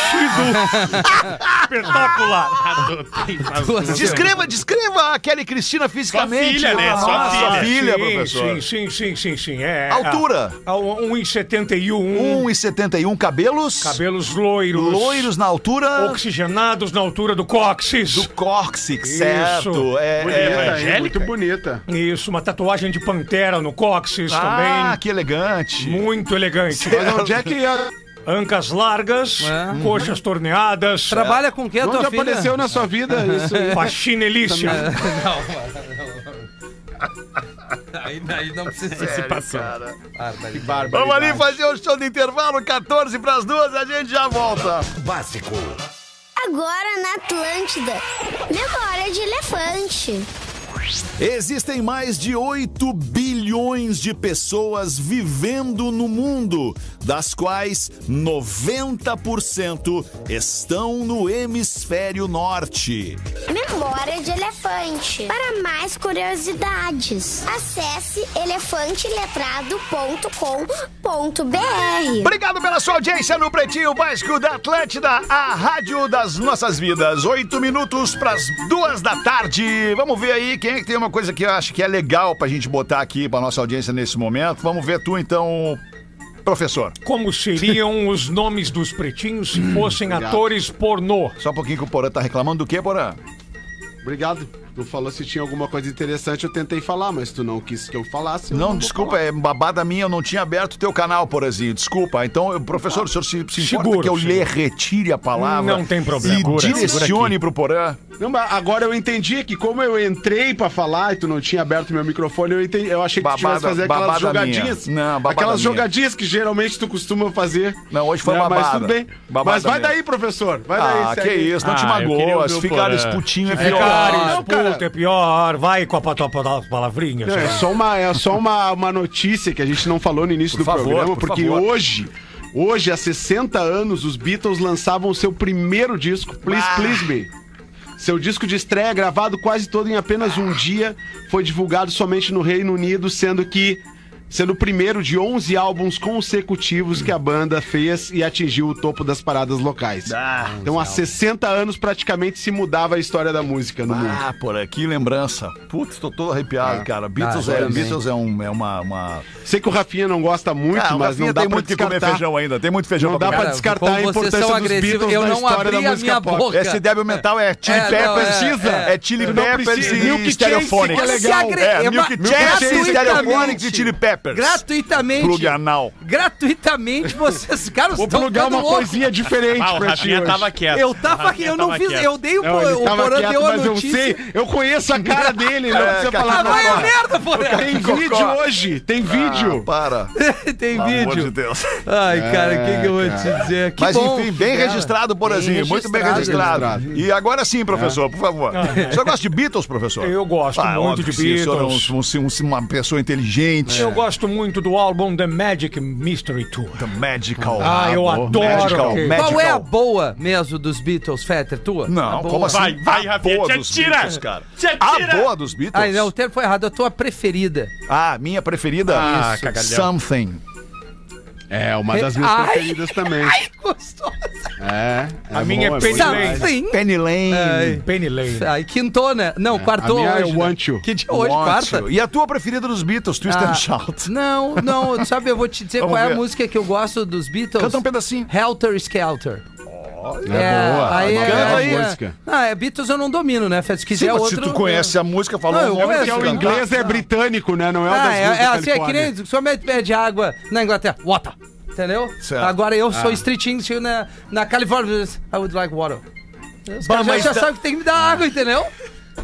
Speaker 8: espetacular.
Speaker 7: Adotei, faz
Speaker 5: Duas
Speaker 7: duas.
Speaker 4: Descreva, descreva a Kelly Cristina fisicamente.
Speaker 7: filha, né? Sua
Speaker 4: Ah,
Speaker 7: filha.
Speaker 8: sim,
Speaker 4: professor.
Speaker 8: Sim, sim, sim, sim, sim. É, um,
Speaker 4: Altura?
Speaker 8: A, a 1,71.
Speaker 4: 1,71 cabelos.
Speaker 8: Cabelos loiros.
Speaker 4: Loiros na altura
Speaker 8: Oxigenados na altura do cóccix.
Speaker 4: do cóccix, certo? É, é-
Speaker 6: Bonita, né, hein?
Speaker 7: Angélica?
Speaker 6: Muito bonita.
Speaker 8: Isso, uma tatuagem de pantera no cóccix
Speaker 4: Ah,
Speaker 8: também.
Speaker 4: que elegante.
Speaker 8: Muito elegante.
Speaker 6: Mas onde é que, a-
Speaker 8: Ancas largas,
Speaker 5: É.
Speaker 8: coxas torneadas,
Speaker 5: Trabalha com quem a
Speaker 6: onde
Speaker 5: tua filha?
Speaker 6: apareceu na sua vida isso?
Speaker 8: faxinelícia.
Speaker 5: Aí, aí não precisa Ah, se passar.
Speaker 6: É, Que bárbaro.
Speaker 4: Vamos ali fazer o show de intervalo, 14 para as duas, a gente já volta.
Speaker 2: Básico.
Speaker 12: Agora na Atlântida. Memória de elefante.
Speaker 4: Existem mais de 8 bilhões de pessoas vivendo no mundo, das quais 90% estão no hemisfério norte.
Speaker 12: Memória Memória de Elefante. Para mais curiosidades, acesse elefanteletrado.com.br.
Speaker 4: Obrigado pela sua audiência no Pretinho Básico da Atlântida, a rádio das nossas vidas. Oito minutos para as duas da tarde. Vamos ver aí quem é que tem uma coisa que eu acho que é legal pra gente botar aqui pra nossa audiência nesse momento. Vamos ver tu então, professor.
Speaker 8: Como seriam os nomes dos pretinhos se fossem
Speaker 6: obrigado.
Speaker 8: atores pornô?
Speaker 4: Só um pouquinho que o Porã tá reclamando do quê, Porã?
Speaker 6: Obrigado. Tu falou se tinha alguma coisa interessante, eu tentei falar, mas tu não quis que eu falasse. eu
Speaker 4: Não,
Speaker 6: vou
Speaker 4: desculpa,
Speaker 6: falar.
Speaker 4: é babada minha, eu não tinha aberto o teu canal, Porazinho. Desculpa. Então, eu- professor, o senhor se, se importa
Speaker 8: Seguro,
Speaker 4: que eu
Speaker 8: seguro.
Speaker 4: lhe retire a palavra?
Speaker 8: Não tem problema. Segura,
Speaker 4: E
Speaker 8: segura
Speaker 4: direcione
Speaker 8: aqui.
Speaker 4: pro Porã.
Speaker 6: Não, mas agora eu entendi que como eu entrei pra falar e tu não tinha aberto meu microfone, eu, entendi- eu achei que tu
Speaker 4: Babada-
Speaker 6: tivesse fazer aquelas
Speaker 4: babada minha.
Speaker 6: jogadinhas.
Speaker 4: Não, babada
Speaker 6: aquelas
Speaker 4: minha.
Speaker 6: jogadinhas que geralmente tu costuma fazer.
Speaker 4: Não, hoje foi
Speaker 6: Né,
Speaker 4: babada.
Speaker 6: Mas tudo bem.
Speaker 4: Babada
Speaker 6: mas vai
Speaker 4: minha.
Speaker 6: daí, professor. Vai daí.
Speaker 4: Ah,
Speaker 6: segue
Speaker 4: que
Speaker 6: aí.
Speaker 4: isso, não te magoas. Ficar esputinho é
Speaker 8: É caro,
Speaker 4: pior.
Speaker 6: Não, cara.
Speaker 8: esputo é pior. Vai com a pa- tua pa- palavrinha.
Speaker 6: Não, é
Speaker 8: já.
Speaker 6: só, uma, é só uma, uma notícia que a gente não falou no início
Speaker 4: Por
Speaker 6: do
Speaker 4: favor,
Speaker 6: programa,
Speaker 4: por
Speaker 6: porque
Speaker 4: favor.
Speaker 6: hoje, hoje, há 60 anos, os Beatles lançavam o seu primeiro disco, Please Please Me. Seu disco de estreia, gravado quase todo em apenas um dia, foi divulgado somente no Reino Unido, sendo que. Sendo o primeiro de 11 álbuns consecutivos que a banda fez e atingiu o topo das paradas locais.
Speaker 4: Ah,
Speaker 6: então, há 60 anos, praticamente se mudava a história da música no mundo.
Speaker 4: Ah, Porã, que lembrança. Putz, tô todo arrepiado, cara.
Speaker 6: Ah,
Speaker 4: Beatles, é, Beatles é, um, é uma... uma...
Speaker 6: Sei que o Rafinha não gosta muito,
Speaker 4: Ah, o
Speaker 6: mas
Speaker 4: Rafinha
Speaker 6: não dá
Speaker 4: tem
Speaker 6: pra
Speaker 4: muito que comer
Speaker 6: descartar.
Speaker 4: feijão ainda. Tem muito feijão
Speaker 6: Não
Speaker 4: pra
Speaker 6: dá
Speaker 4: comer.
Speaker 6: pra
Speaker 5: Cara,
Speaker 6: descartar a
Speaker 5: como vocês
Speaker 6: importância
Speaker 5: são
Speaker 6: dos
Speaker 5: agressivos,
Speaker 6: Beatles
Speaker 5: eu
Speaker 6: na
Speaker 5: não
Speaker 6: história da
Speaker 5: abri a
Speaker 6: música
Speaker 5: minha
Speaker 6: pop.
Speaker 5: boca.
Speaker 4: Esse débil mental é Chili
Speaker 5: É, não,
Speaker 4: Peppers.
Speaker 5: é,
Speaker 4: É,
Speaker 5: é.
Speaker 4: Chili
Speaker 6: Eu não
Speaker 4: Peppers
Speaker 6: preciso.
Speaker 4: e
Speaker 6: Milk
Speaker 4: Stereophonics.
Speaker 6: Chase, que é
Speaker 5: legal.
Speaker 4: É,
Speaker 5: É,
Speaker 4: Milk
Speaker 5: ma-
Speaker 4: Chase,
Speaker 5: gratuitamente.
Speaker 4: Stereophonics e Chili Peppers.
Speaker 5: Gratuitamente.
Speaker 4: Plug anal.
Speaker 5: Gratuitamente vocês, caras,
Speaker 6: Vou
Speaker 5: estão
Speaker 6: plugar
Speaker 5: ficando
Speaker 6: uma
Speaker 5: louco.
Speaker 6: coisinha diferente
Speaker 7: Ah, o
Speaker 6: pra ti
Speaker 7: Rafinha
Speaker 6: hoje.
Speaker 7: tava quieto.
Speaker 5: Eu tava aqui,
Speaker 7: Rafinha
Speaker 5: eu não
Speaker 7: Ah, tava
Speaker 5: fiz,
Speaker 7: quieto.
Speaker 5: eu dei o,
Speaker 6: Não, ele
Speaker 5: o
Speaker 6: tava
Speaker 5: Porã
Speaker 6: quieto,
Speaker 5: deu a
Speaker 6: mas eu
Speaker 5: notícia.
Speaker 6: sei, eu conheço a cara dele, ele não
Speaker 4: É,
Speaker 6: precisa
Speaker 4: cara,
Speaker 6: falar
Speaker 5: Ah, vai a
Speaker 6: nada.
Speaker 5: merda, Porã!
Speaker 6: Tem
Speaker 4: Cocó.
Speaker 6: vídeo hoje, tem
Speaker 4: Ah,
Speaker 6: vídeo.
Speaker 4: para.
Speaker 5: Tem
Speaker 4: Pelo amor de
Speaker 5: vídeo.
Speaker 4: Deus.
Speaker 5: Ai, cara, o que, que eu
Speaker 6: É,
Speaker 5: vou te dizer? Que
Speaker 4: Mas
Speaker 5: bom.
Speaker 4: enfim, bem registrado, Borazinho. Muito bem
Speaker 5: registrado.
Speaker 4: registrado. E agora sim, professor, por favor. O senhor gosta de Beatles, professor? Ah,
Speaker 8: Eu gosto muito
Speaker 4: óbvio
Speaker 8: de
Speaker 4: que sim, O senhor é
Speaker 8: Beatles.
Speaker 4: um- um- um- uma pessoa inteligente.
Speaker 8: Eu gosto muito do álbum The Magic Mystery Tour.
Speaker 4: The Magical.
Speaker 8: Ah, eu adoro
Speaker 4: Magical.
Speaker 8: aquele.
Speaker 4: Magical.
Speaker 5: Qual é a boa mesmo dos Beatles, Fetter? Tua?
Speaker 4: Não,
Speaker 5: a boa.
Speaker 4: como assim?
Speaker 7: Vai, vai,
Speaker 4: A
Speaker 7: Rafinha,
Speaker 4: boa
Speaker 7: te
Speaker 4: dos
Speaker 7: atira!
Speaker 4: Beatles, cara.
Speaker 7: Te atira!
Speaker 4: A boa né? dos Beatles.
Speaker 5: Ah, não, o termo foi errado. A tua preferida.
Speaker 4: Ah, minha preferida.
Speaker 7: Ah,
Speaker 4: Isso.
Speaker 7: cagalhão.
Speaker 4: Something.
Speaker 6: É, uma das minhas
Speaker 5: Ai.
Speaker 6: preferidas também.
Speaker 5: Ai, gostosa.
Speaker 6: É,
Speaker 8: A minha é
Speaker 6: bom,
Speaker 8: Penny
Speaker 6: bom
Speaker 8: Lane. Hum,
Speaker 6: demais.
Speaker 5: Sim.
Speaker 4: Penny Lane.
Speaker 5: Ai.
Speaker 8: Penny Lane.
Speaker 5: Ai, quintou, né? Não, quartou
Speaker 6: a minha é
Speaker 5: hoje.
Speaker 6: Want You.
Speaker 5: né? Que dia hoje,
Speaker 4: Want
Speaker 5: quarta?
Speaker 4: You. E a tua preferida dos Beatles, Twist
Speaker 5: Ah,
Speaker 4: and Shout.
Speaker 5: Não, não, tu sabe, eu vou te dizer
Speaker 4: Vamos
Speaker 5: qual é
Speaker 4: ver.
Speaker 5: a música que eu gosto dos Beatles.
Speaker 6: Então tá
Speaker 4: Canta um pedacinho.
Speaker 5: Helter Skelter.
Speaker 6: É, boa.
Speaker 5: aí,
Speaker 6: uma
Speaker 5: é,
Speaker 4: Canta
Speaker 6: bela
Speaker 4: aí.
Speaker 6: música.
Speaker 5: Ah, é Beatles eu não domino, né, Fed? Se quiser
Speaker 4: Sim, mas
Speaker 5: outro...
Speaker 4: se tu conhece a música, falou
Speaker 5: Não, eu
Speaker 4: o nome
Speaker 5: conheço,
Speaker 6: Porque
Speaker 4: que é o
Speaker 6: o
Speaker 5: cara.
Speaker 4: inglês.
Speaker 6: inglês é britânico, né? Não é o das
Speaker 5: Ah, é,
Speaker 6: músicas
Speaker 5: é assim, é que
Speaker 6: Califórnia.
Speaker 5: nem só mete- pede água na Inglaterra. Water. Entendeu?
Speaker 4: Certo.
Speaker 5: Agora eu sou street English na, na Califórnia. I would like water. Os caras já,
Speaker 7: mas
Speaker 5: já
Speaker 7: da-
Speaker 5: sabem que tem que me dar água, entendeu?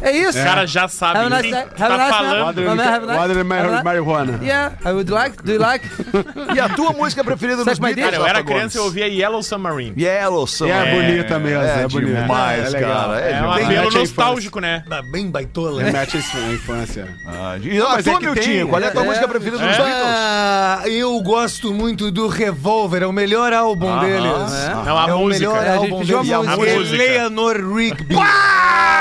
Speaker 5: É isso.
Speaker 7: O cara já sabe.
Speaker 5: Have a nice
Speaker 7: sim,
Speaker 5: day.
Speaker 7: tu
Speaker 5: Have a
Speaker 7: tá
Speaker 5: nice
Speaker 7: falando.
Speaker 5: day.
Speaker 6: Water and-
Speaker 5: Have a nice-
Speaker 6: Water and
Speaker 5: have a
Speaker 6: mar-
Speaker 5: nice-
Speaker 6: marijuana.
Speaker 5: Yeah, I would like. Do you like?
Speaker 4: E a tua música preferida dos
Speaker 5: Sabe, mas
Speaker 4: Beatles?
Speaker 7: é? Cara, eu era
Speaker 4: Rafa Gomes?
Speaker 7: criança e eu ouvia Yellow Submarine.
Speaker 4: Yellow Sun.
Speaker 6: É, bonita mesmo,
Speaker 4: É,
Speaker 6: é bonita.
Speaker 4: demais,
Speaker 6: É legal.
Speaker 4: cara. É,
Speaker 7: É um
Speaker 4: demais.
Speaker 6: bem-
Speaker 7: apelo
Speaker 6: Mete a
Speaker 7: nostálgico, né?
Speaker 8: Tá Bem baitola, né?
Speaker 6: Remete à infância.
Speaker 4: Ah, E a
Speaker 6: mas é
Speaker 4: tua,
Speaker 6: que
Speaker 4: Miltinho,
Speaker 6: tem-
Speaker 4: qual é a tua
Speaker 5: é-
Speaker 4: música preferida dos Beatles?
Speaker 13: Ah, eu gosto muito do Revolver, é o melhor álbum deles.
Speaker 5: né?
Speaker 8: Ah.
Speaker 7: É uma
Speaker 13: É o
Speaker 7: música.
Speaker 13: melhor
Speaker 5: É, a gente
Speaker 13: álbum
Speaker 5: pediu a
Speaker 13: deles.
Speaker 5: música.
Speaker 7: A música.
Speaker 13: Eleanor Rigby.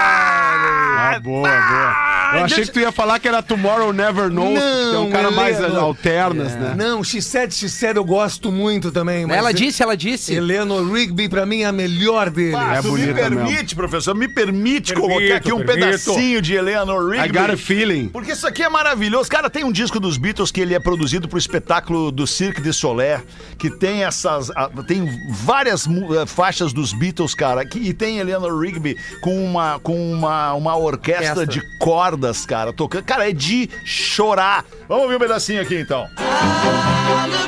Speaker 6: Ah, boa,
Speaker 5: ah,
Speaker 6: boa. Eu achei que tu ia falar que era Tomorrow Never Knows, que é um cara mais
Speaker 13: Eleanor.
Speaker 5: É.
Speaker 6: alternas, né?
Speaker 13: É. Não, X7, X7 eu gosto muito também. Mas
Speaker 5: Ela disse, ela disse.
Speaker 13: Eleanor Rigby pra mim é a melhor deles.
Speaker 6: É
Speaker 4: Ah, tu me
Speaker 6: bonita
Speaker 4: permite, professor, me permite colocar aqui um
Speaker 8: permito.
Speaker 4: pedacinho de Eleanor
Speaker 6: I got a
Speaker 4: Rigby.
Speaker 6: feeling.
Speaker 4: Porque isso aqui é maravilhoso. Cara, tem um disco dos Beatles que ele é produzido pro espetáculo do Cirque de Soleil, que tem essas. ah, tem várias mu- ah, faixas dos Beatles, cara. Que, e tem Eleanor Rigby com uma, com uma, uma orquestra
Speaker 5: Orquestra.
Speaker 4: de cordas, cara, tocando. Cara, é de chorar. Vamos ouvir um pedacinho aqui então.
Speaker 1: A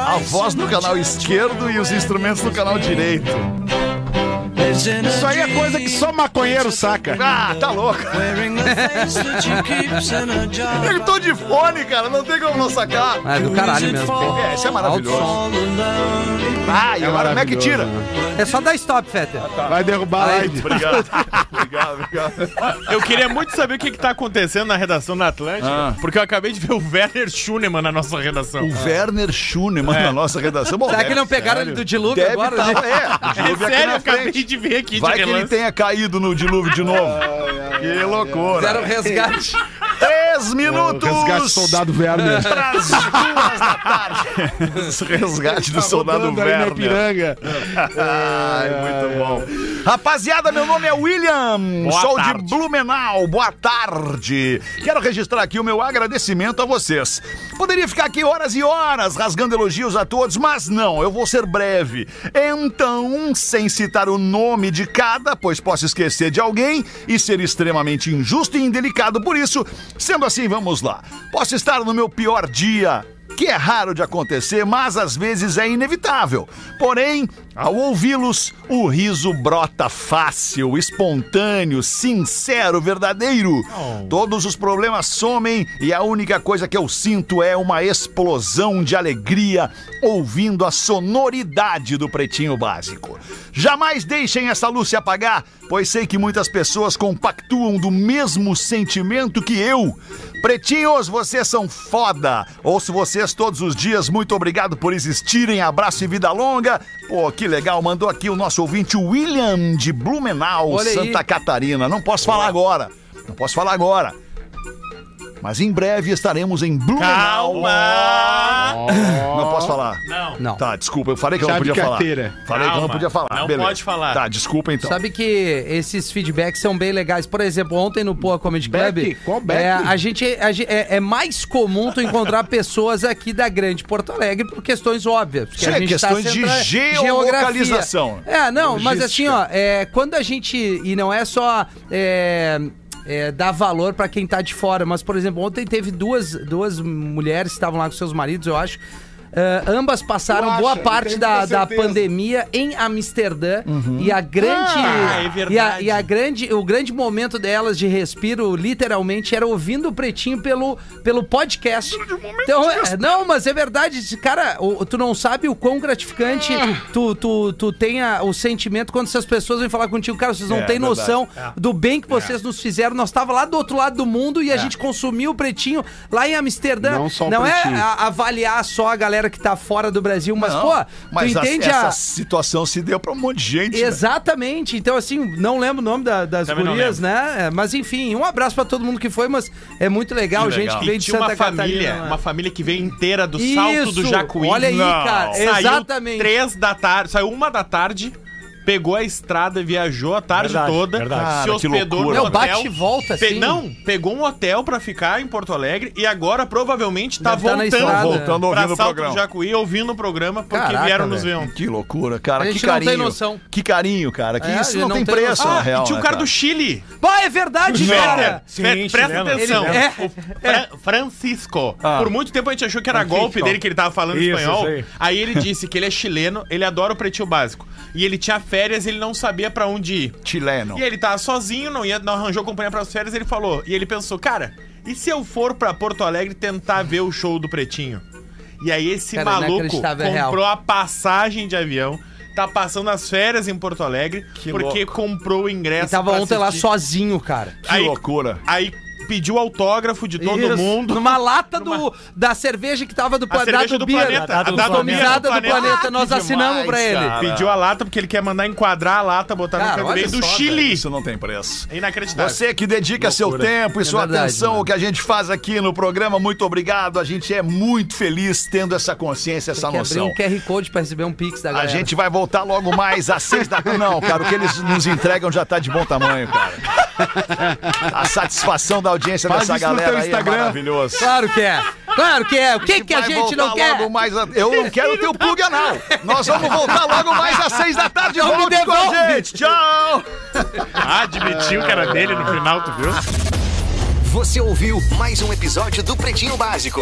Speaker 4: A voz no canal esquerdo e os instrumentos no canal direito.
Speaker 1: There's
Speaker 6: Isso aí é coisa que só maconheiro saca.
Speaker 4: Ah, tá louco. Eu tô de fone, cara, não tem como não sacar.
Speaker 5: É do caralho mesmo.
Speaker 4: É, isso é maravilhoso. Ah, e agora como é que tira?
Speaker 5: É só dar stop, Fetter.
Speaker 6: Vai derrubar a live.
Speaker 4: Obrigado. obrigado, obrigado.
Speaker 7: Eu queria muito saber o que, que tá acontecendo na redação da Atlântica,
Speaker 4: Ah.
Speaker 7: porque eu acabei de ver o Werner Schunemann na nossa redação.
Speaker 4: O Werner Schunemann na nossa redação. Bom,
Speaker 5: Será que
Speaker 4: deve-
Speaker 5: não pegaram ele do dilúvio
Speaker 4: Deve
Speaker 5: agora?
Speaker 4: tá-
Speaker 5: né?
Speaker 4: é, o
Speaker 7: É
Speaker 4: dilúvio aqui
Speaker 7: sério, eu
Speaker 4: na
Speaker 7: acabei
Speaker 4: frente.
Speaker 7: de ver aqui
Speaker 4: Vai
Speaker 7: de
Speaker 4: que ele
Speaker 7: relance.
Speaker 4: tenha caído no dilúvio de novo. que loucura.
Speaker 5: Fizeram um resgate.
Speaker 4: Três minutos.
Speaker 6: Resgate soldado Werner.
Speaker 4: Pras duas da tarde. Resgate do soldado
Speaker 6: Tá Rodando ali na
Speaker 4: Werner.
Speaker 6: Ipiranga.
Speaker 4: Ai, muito bom. Rapaziada, meu nome é William,
Speaker 7: Boa
Speaker 4: sou
Speaker 7: tarde.
Speaker 4: de Blumenau. Boa tarde. Quero registrar aqui o meu agradecimento a vocês. Poderia ficar aqui horas e horas rasgando elogios a todos, mas não, eu vou ser breve. Então, sem citar o nome de cada, pois posso esquecer de alguém e ser extremamente injusto e indelicado por isso. Sendo assim, vamos lá. Posso estar no meu pior dia, que é raro de acontecer, mas às vezes é inevitável. Porém, ao ouvi-los, o riso brota fácil, espontâneo, sincero, verdadeiro. Todos os problemas somem e a única coisa que eu sinto é uma explosão de alegria ouvindo a sonoridade do pretinho básico. Jamais deixem essa luz se apagar, pois sei que muitas pessoas compactuam do mesmo sentimento que eu. Pretinhos, vocês são foda! Ouço vocês todos os dias, muito obrigado por existirem, abraço e vida longa. Pô, que legal, mandou aqui o nosso ouvinte William de Blumenau,
Speaker 5: Olha aí.
Speaker 4: Santa Catarina. Não posso falar agora, não posso falar agora. Mas em breve estaremos em Blumenau.
Speaker 7: Calma!
Speaker 4: Não posso falar.
Speaker 7: Não.
Speaker 5: Não.
Speaker 4: Tá, desculpa, eu falei que eu não
Speaker 6: Chave
Speaker 4: podia
Speaker 6: de
Speaker 4: falar.
Speaker 6: carteira.
Speaker 4: Falei que eu não
Speaker 7: Calma,
Speaker 4: podia falar.
Speaker 7: não
Speaker 4: Beleza.
Speaker 7: pode falar.
Speaker 4: Tá, desculpa então.
Speaker 5: Sabe que esses feedbacks são bem legais. Por exemplo, ontem no Poa Comedy Club,
Speaker 6: Back? Qual back?
Speaker 5: É, a gente, a gente- é, é mais comum tu encontrar pessoas aqui da Grande Porto Alegre por questões óbvias. Porque
Speaker 4: Sim,
Speaker 5: a gente tá
Speaker 4: questões de
Speaker 5: centra-
Speaker 4: geolocalização.
Speaker 5: É, não, mas assim,
Speaker 6: Logística.
Speaker 5: ó, é, quando a gente. E não é só. é, é, dar valor pra quem tá de fora. Mas, por exemplo, ontem teve duas, duas mulheres que estavam lá com seus maridos, eu acho. Ah, ambas passaram
Speaker 6: Tu acha?
Speaker 5: boa
Speaker 6: Eu
Speaker 5: parte
Speaker 6: tenho
Speaker 5: da,
Speaker 6: muita
Speaker 5: da
Speaker 6: certeza.
Speaker 5: pandemia pandemia em Amsterdã
Speaker 6: Uhum.
Speaker 5: e a grande
Speaker 7: Ah, é
Speaker 5: e, a,
Speaker 7: verdade.
Speaker 5: e a grande o grande momento delas de respiro literalmente era ouvindo o Pretinho pelo, pelo podcast.
Speaker 6: um
Speaker 5: Então, é, não, mas é verdade, cara, o- tu não sabe o quão gratificante
Speaker 6: Ah.
Speaker 5: tu tu, tu tenha o sentimento quando essas pessoas vêm falar contigo, cara, vocês não
Speaker 4: É,
Speaker 5: têm
Speaker 4: verdade.
Speaker 5: noção do bem que vocês nos fizeram. Nós tava lá do outro lado do mundo
Speaker 4: É.
Speaker 5: e a gente consumiu o Pretinho lá em Amsterdã.
Speaker 6: Não só o
Speaker 5: é
Speaker 6: Pretinho.
Speaker 5: a- avaliar só a galera que tá fora do Brasil, mas
Speaker 4: Não,
Speaker 5: pô,
Speaker 4: mas
Speaker 5: tu
Speaker 4: a-
Speaker 5: entende
Speaker 4: essa
Speaker 5: a
Speaker 4: situação se deu pra um monte de gente. né?
Speaker 5: Exatamente. Então, assim, não lembro o nome da- das
Speaker 7: Também não
Speaker 5: gurias, né? É, Mas, enfim, um abraço pra todo mundo que foi, mas é muito legal,
Speaker 4: Que
Speaker 5: gente
Speaker 4: legal.
Speaker 5: que
Speaker 7: E
Speaker 5: veio de
Speaker 7: tinha
Speaker 5: Santa
Speaker 7: uma família,
Speaker 5: Catarina. né?
Speaker 7: uma família que veio inteira do salto do
Speaker 5: Isso,
Speaker 7: Jacuí.
Speaker 5: olha aí, cara,
Speaker 7: Saiu
Speaker 5: exatamente.
Speaker 7: Três da tarde, saiu uma da tarde, pegou a estrada, viajou a tarde
Speaker 8: Verdade,
Speaker 7: toda,
Speaker 8: verdade.
Speaker 7: se
Speaker 4: Cara, que
Speaker 7: hospedou
Speaker 4: loucura.
Speaker 7: no
Speaker 5: Não, bate
Speaker 7: hotel.
Speaker 5: e volta,
Speaker 7: Pe-
Speaker 5: assim.
Speaker 7: Não, pegou um hotel pra ficar em Porto Alegre e agora provavelmente tá
Speaker 5: Deve tá na
Speaker 7: voltando,
Speaker 5: estrada.
Speaker 4: Voltando
Speaker 7: pra
Speaker 4: ouvindo o
Speaker 7: Salto
Speaker 4: programa.
Speaker 7: do Jacuí, ouvindo o programa, porque
Speaker 5: Caraca,
Speaker 7: vieram nos ver.
Speaker 5: velho.
Speaker 7: ontem.
Speaker 4: Que loucura, cara.
Speaker 5: A gente
Speaker 4: que
Speaker 5: não tem
Speaker 4: carinho.
Speaker 5: noção.
Speaker 4: Que carinho, cara. Que
Speaker 5: É,
Speaker 4: isso
Speaker 5: ele
Speaker 4: não,
Speaker 5: não
Speaker 4: tem
Speaker 5: tem
Speaker 4: preço,
Speaker 5: noção.
Speaker 4: na
Speaker 7: Ah,
Speaker 4: real.
Speaker 7: e tinha o
Speaker 4: né,
Speaker 7: cara do Chile.
Speaker 5: Bah, é verdade,
Speaker 8: Não.
Speaker 5: cara!
Speaker 8: Sim,
Speaker 7: Fe-
Speaker 8: sim,
Speaker 7: presta
Speaker 8: lembra.
Speaker 7: atenção.
Speaker 5: Ele- é.
Speaker 7: O Fra- Francisco.
Speaker 4: Ah.
Speaker 7: Por muito tempo a gente achou que era
Speaker 8: Francisco.
Speaker 7: golpe dele que ele tava falando
Speaker 8: Isso,
Speaker 7: espanhol.
Speaker 8: isso aí.
Speaker 7: Aí. ele disse que ele é chileno, ele adora o pretinho básico. E ele tinha férias e ele não sabia pra onde ir.
Speaker 4: Chileno.
Speaker 7: E ele tava sozinho, não, ia, não arranjou companhia pras férias, ele falou. E ele pensou, cara, e se eu for pra Porto Alegre tentar ver o show do pretinho? E aí esse
Speaker 5: Cara,
Speaker 7: maluco
Speaker 5: inacreditável, é real.
Speaker 7: comprou a passagem de avião. Tá passando as férias em Porto Alegre porque comprou o ingresso.
Speaker 5: E tava
Speaker 7: pra
Speaker 5: ontem lá
Speaker 7: assistir.
Speaker 5: sozinho, cara.
Speaker 4: Que loucura.
Speaker 7: Aí pediu autógrafo de todo
Speaker 5: Isso,
Speaker 7: mundo.
Speaker 5: Numa lata do, da cerveja que tava do,
Speaker 7: A
Speaker 5: pla- da do
Speaker 7: cerveja do
Speaker 5: Beer,
Speaker 7: planeta.
Speaker 5: da
Speaker 7: A da do Beer
Speaker 5: atomizada
Speaker 7: do
Speaker 5: do
Speaker 7: planeta.
Speaker 5: planeta,
Speaker 7: Ah,
Speaker 5: nós
Speaker 4: que
Speaker 5: assinamos
Speaker 4: demais,
Speaker 5: pra ele.
Speaker 4: cara.
Speaker 7: Pediu a lata porque ele quer mandar enquadrar a lata, botar
Speaker 5: Cara,
Speaker 7: no canto
Speaker 5: olha
Speaker 7: dele do
Speaker 5: só,
Speaker 7: Chile.
Speaker 4: Isso não tem preço.
Speaker 7: É inacreditável.
Speaker 4: Você que dedica seu tempo e sua
Speaker 5: É verdade,
Speaker 4: atenção
Speaker 5: mano.
Speaker 4: ao que a gente faz aqui no programa, muito obrigado. A gente é muito feliz tendo essa consciência, essa
Speaker 5: Tem que abrir
Speaker 4: noção.
Speaker 5: um QR Code pra receber um pix da
Speaker 4: A
Speaker 6: É.
Speaker 5: galera.
Speaker 4: gente vai voltar logo mais às seis da tarde. Não, cara, o que eles nos entregam já tá de bom tamanho, cara. A satisfação da audiência
Speaker 6: Faz
Speaker 4: dessa
Speaker 6: isso no teu
Speaker 4: galera aí é
Speaker 6: Instagram.
Speaker 4: maravilhoso.
Speaker 5: Claro que é. Claro que é. O que, que a
Speaker 4: vai
Speaker 5: gente não
Speaker 4: voltar
Speaker 5: quer?
Speaker 4: logo mais a- Eu não quero ter o plug anal. Nós vamos voltar logo mais às seis da tarde.
Speaker 5: Então me
Speaker 4: Volte com a
Speaker 5: devolve.
Speaker 4: gente. Tchau.
Speaker 7: Admitiu que era dele no final, tu viu?
Speaker 14: Você ouviu mais um episódio do Pretinho Básico.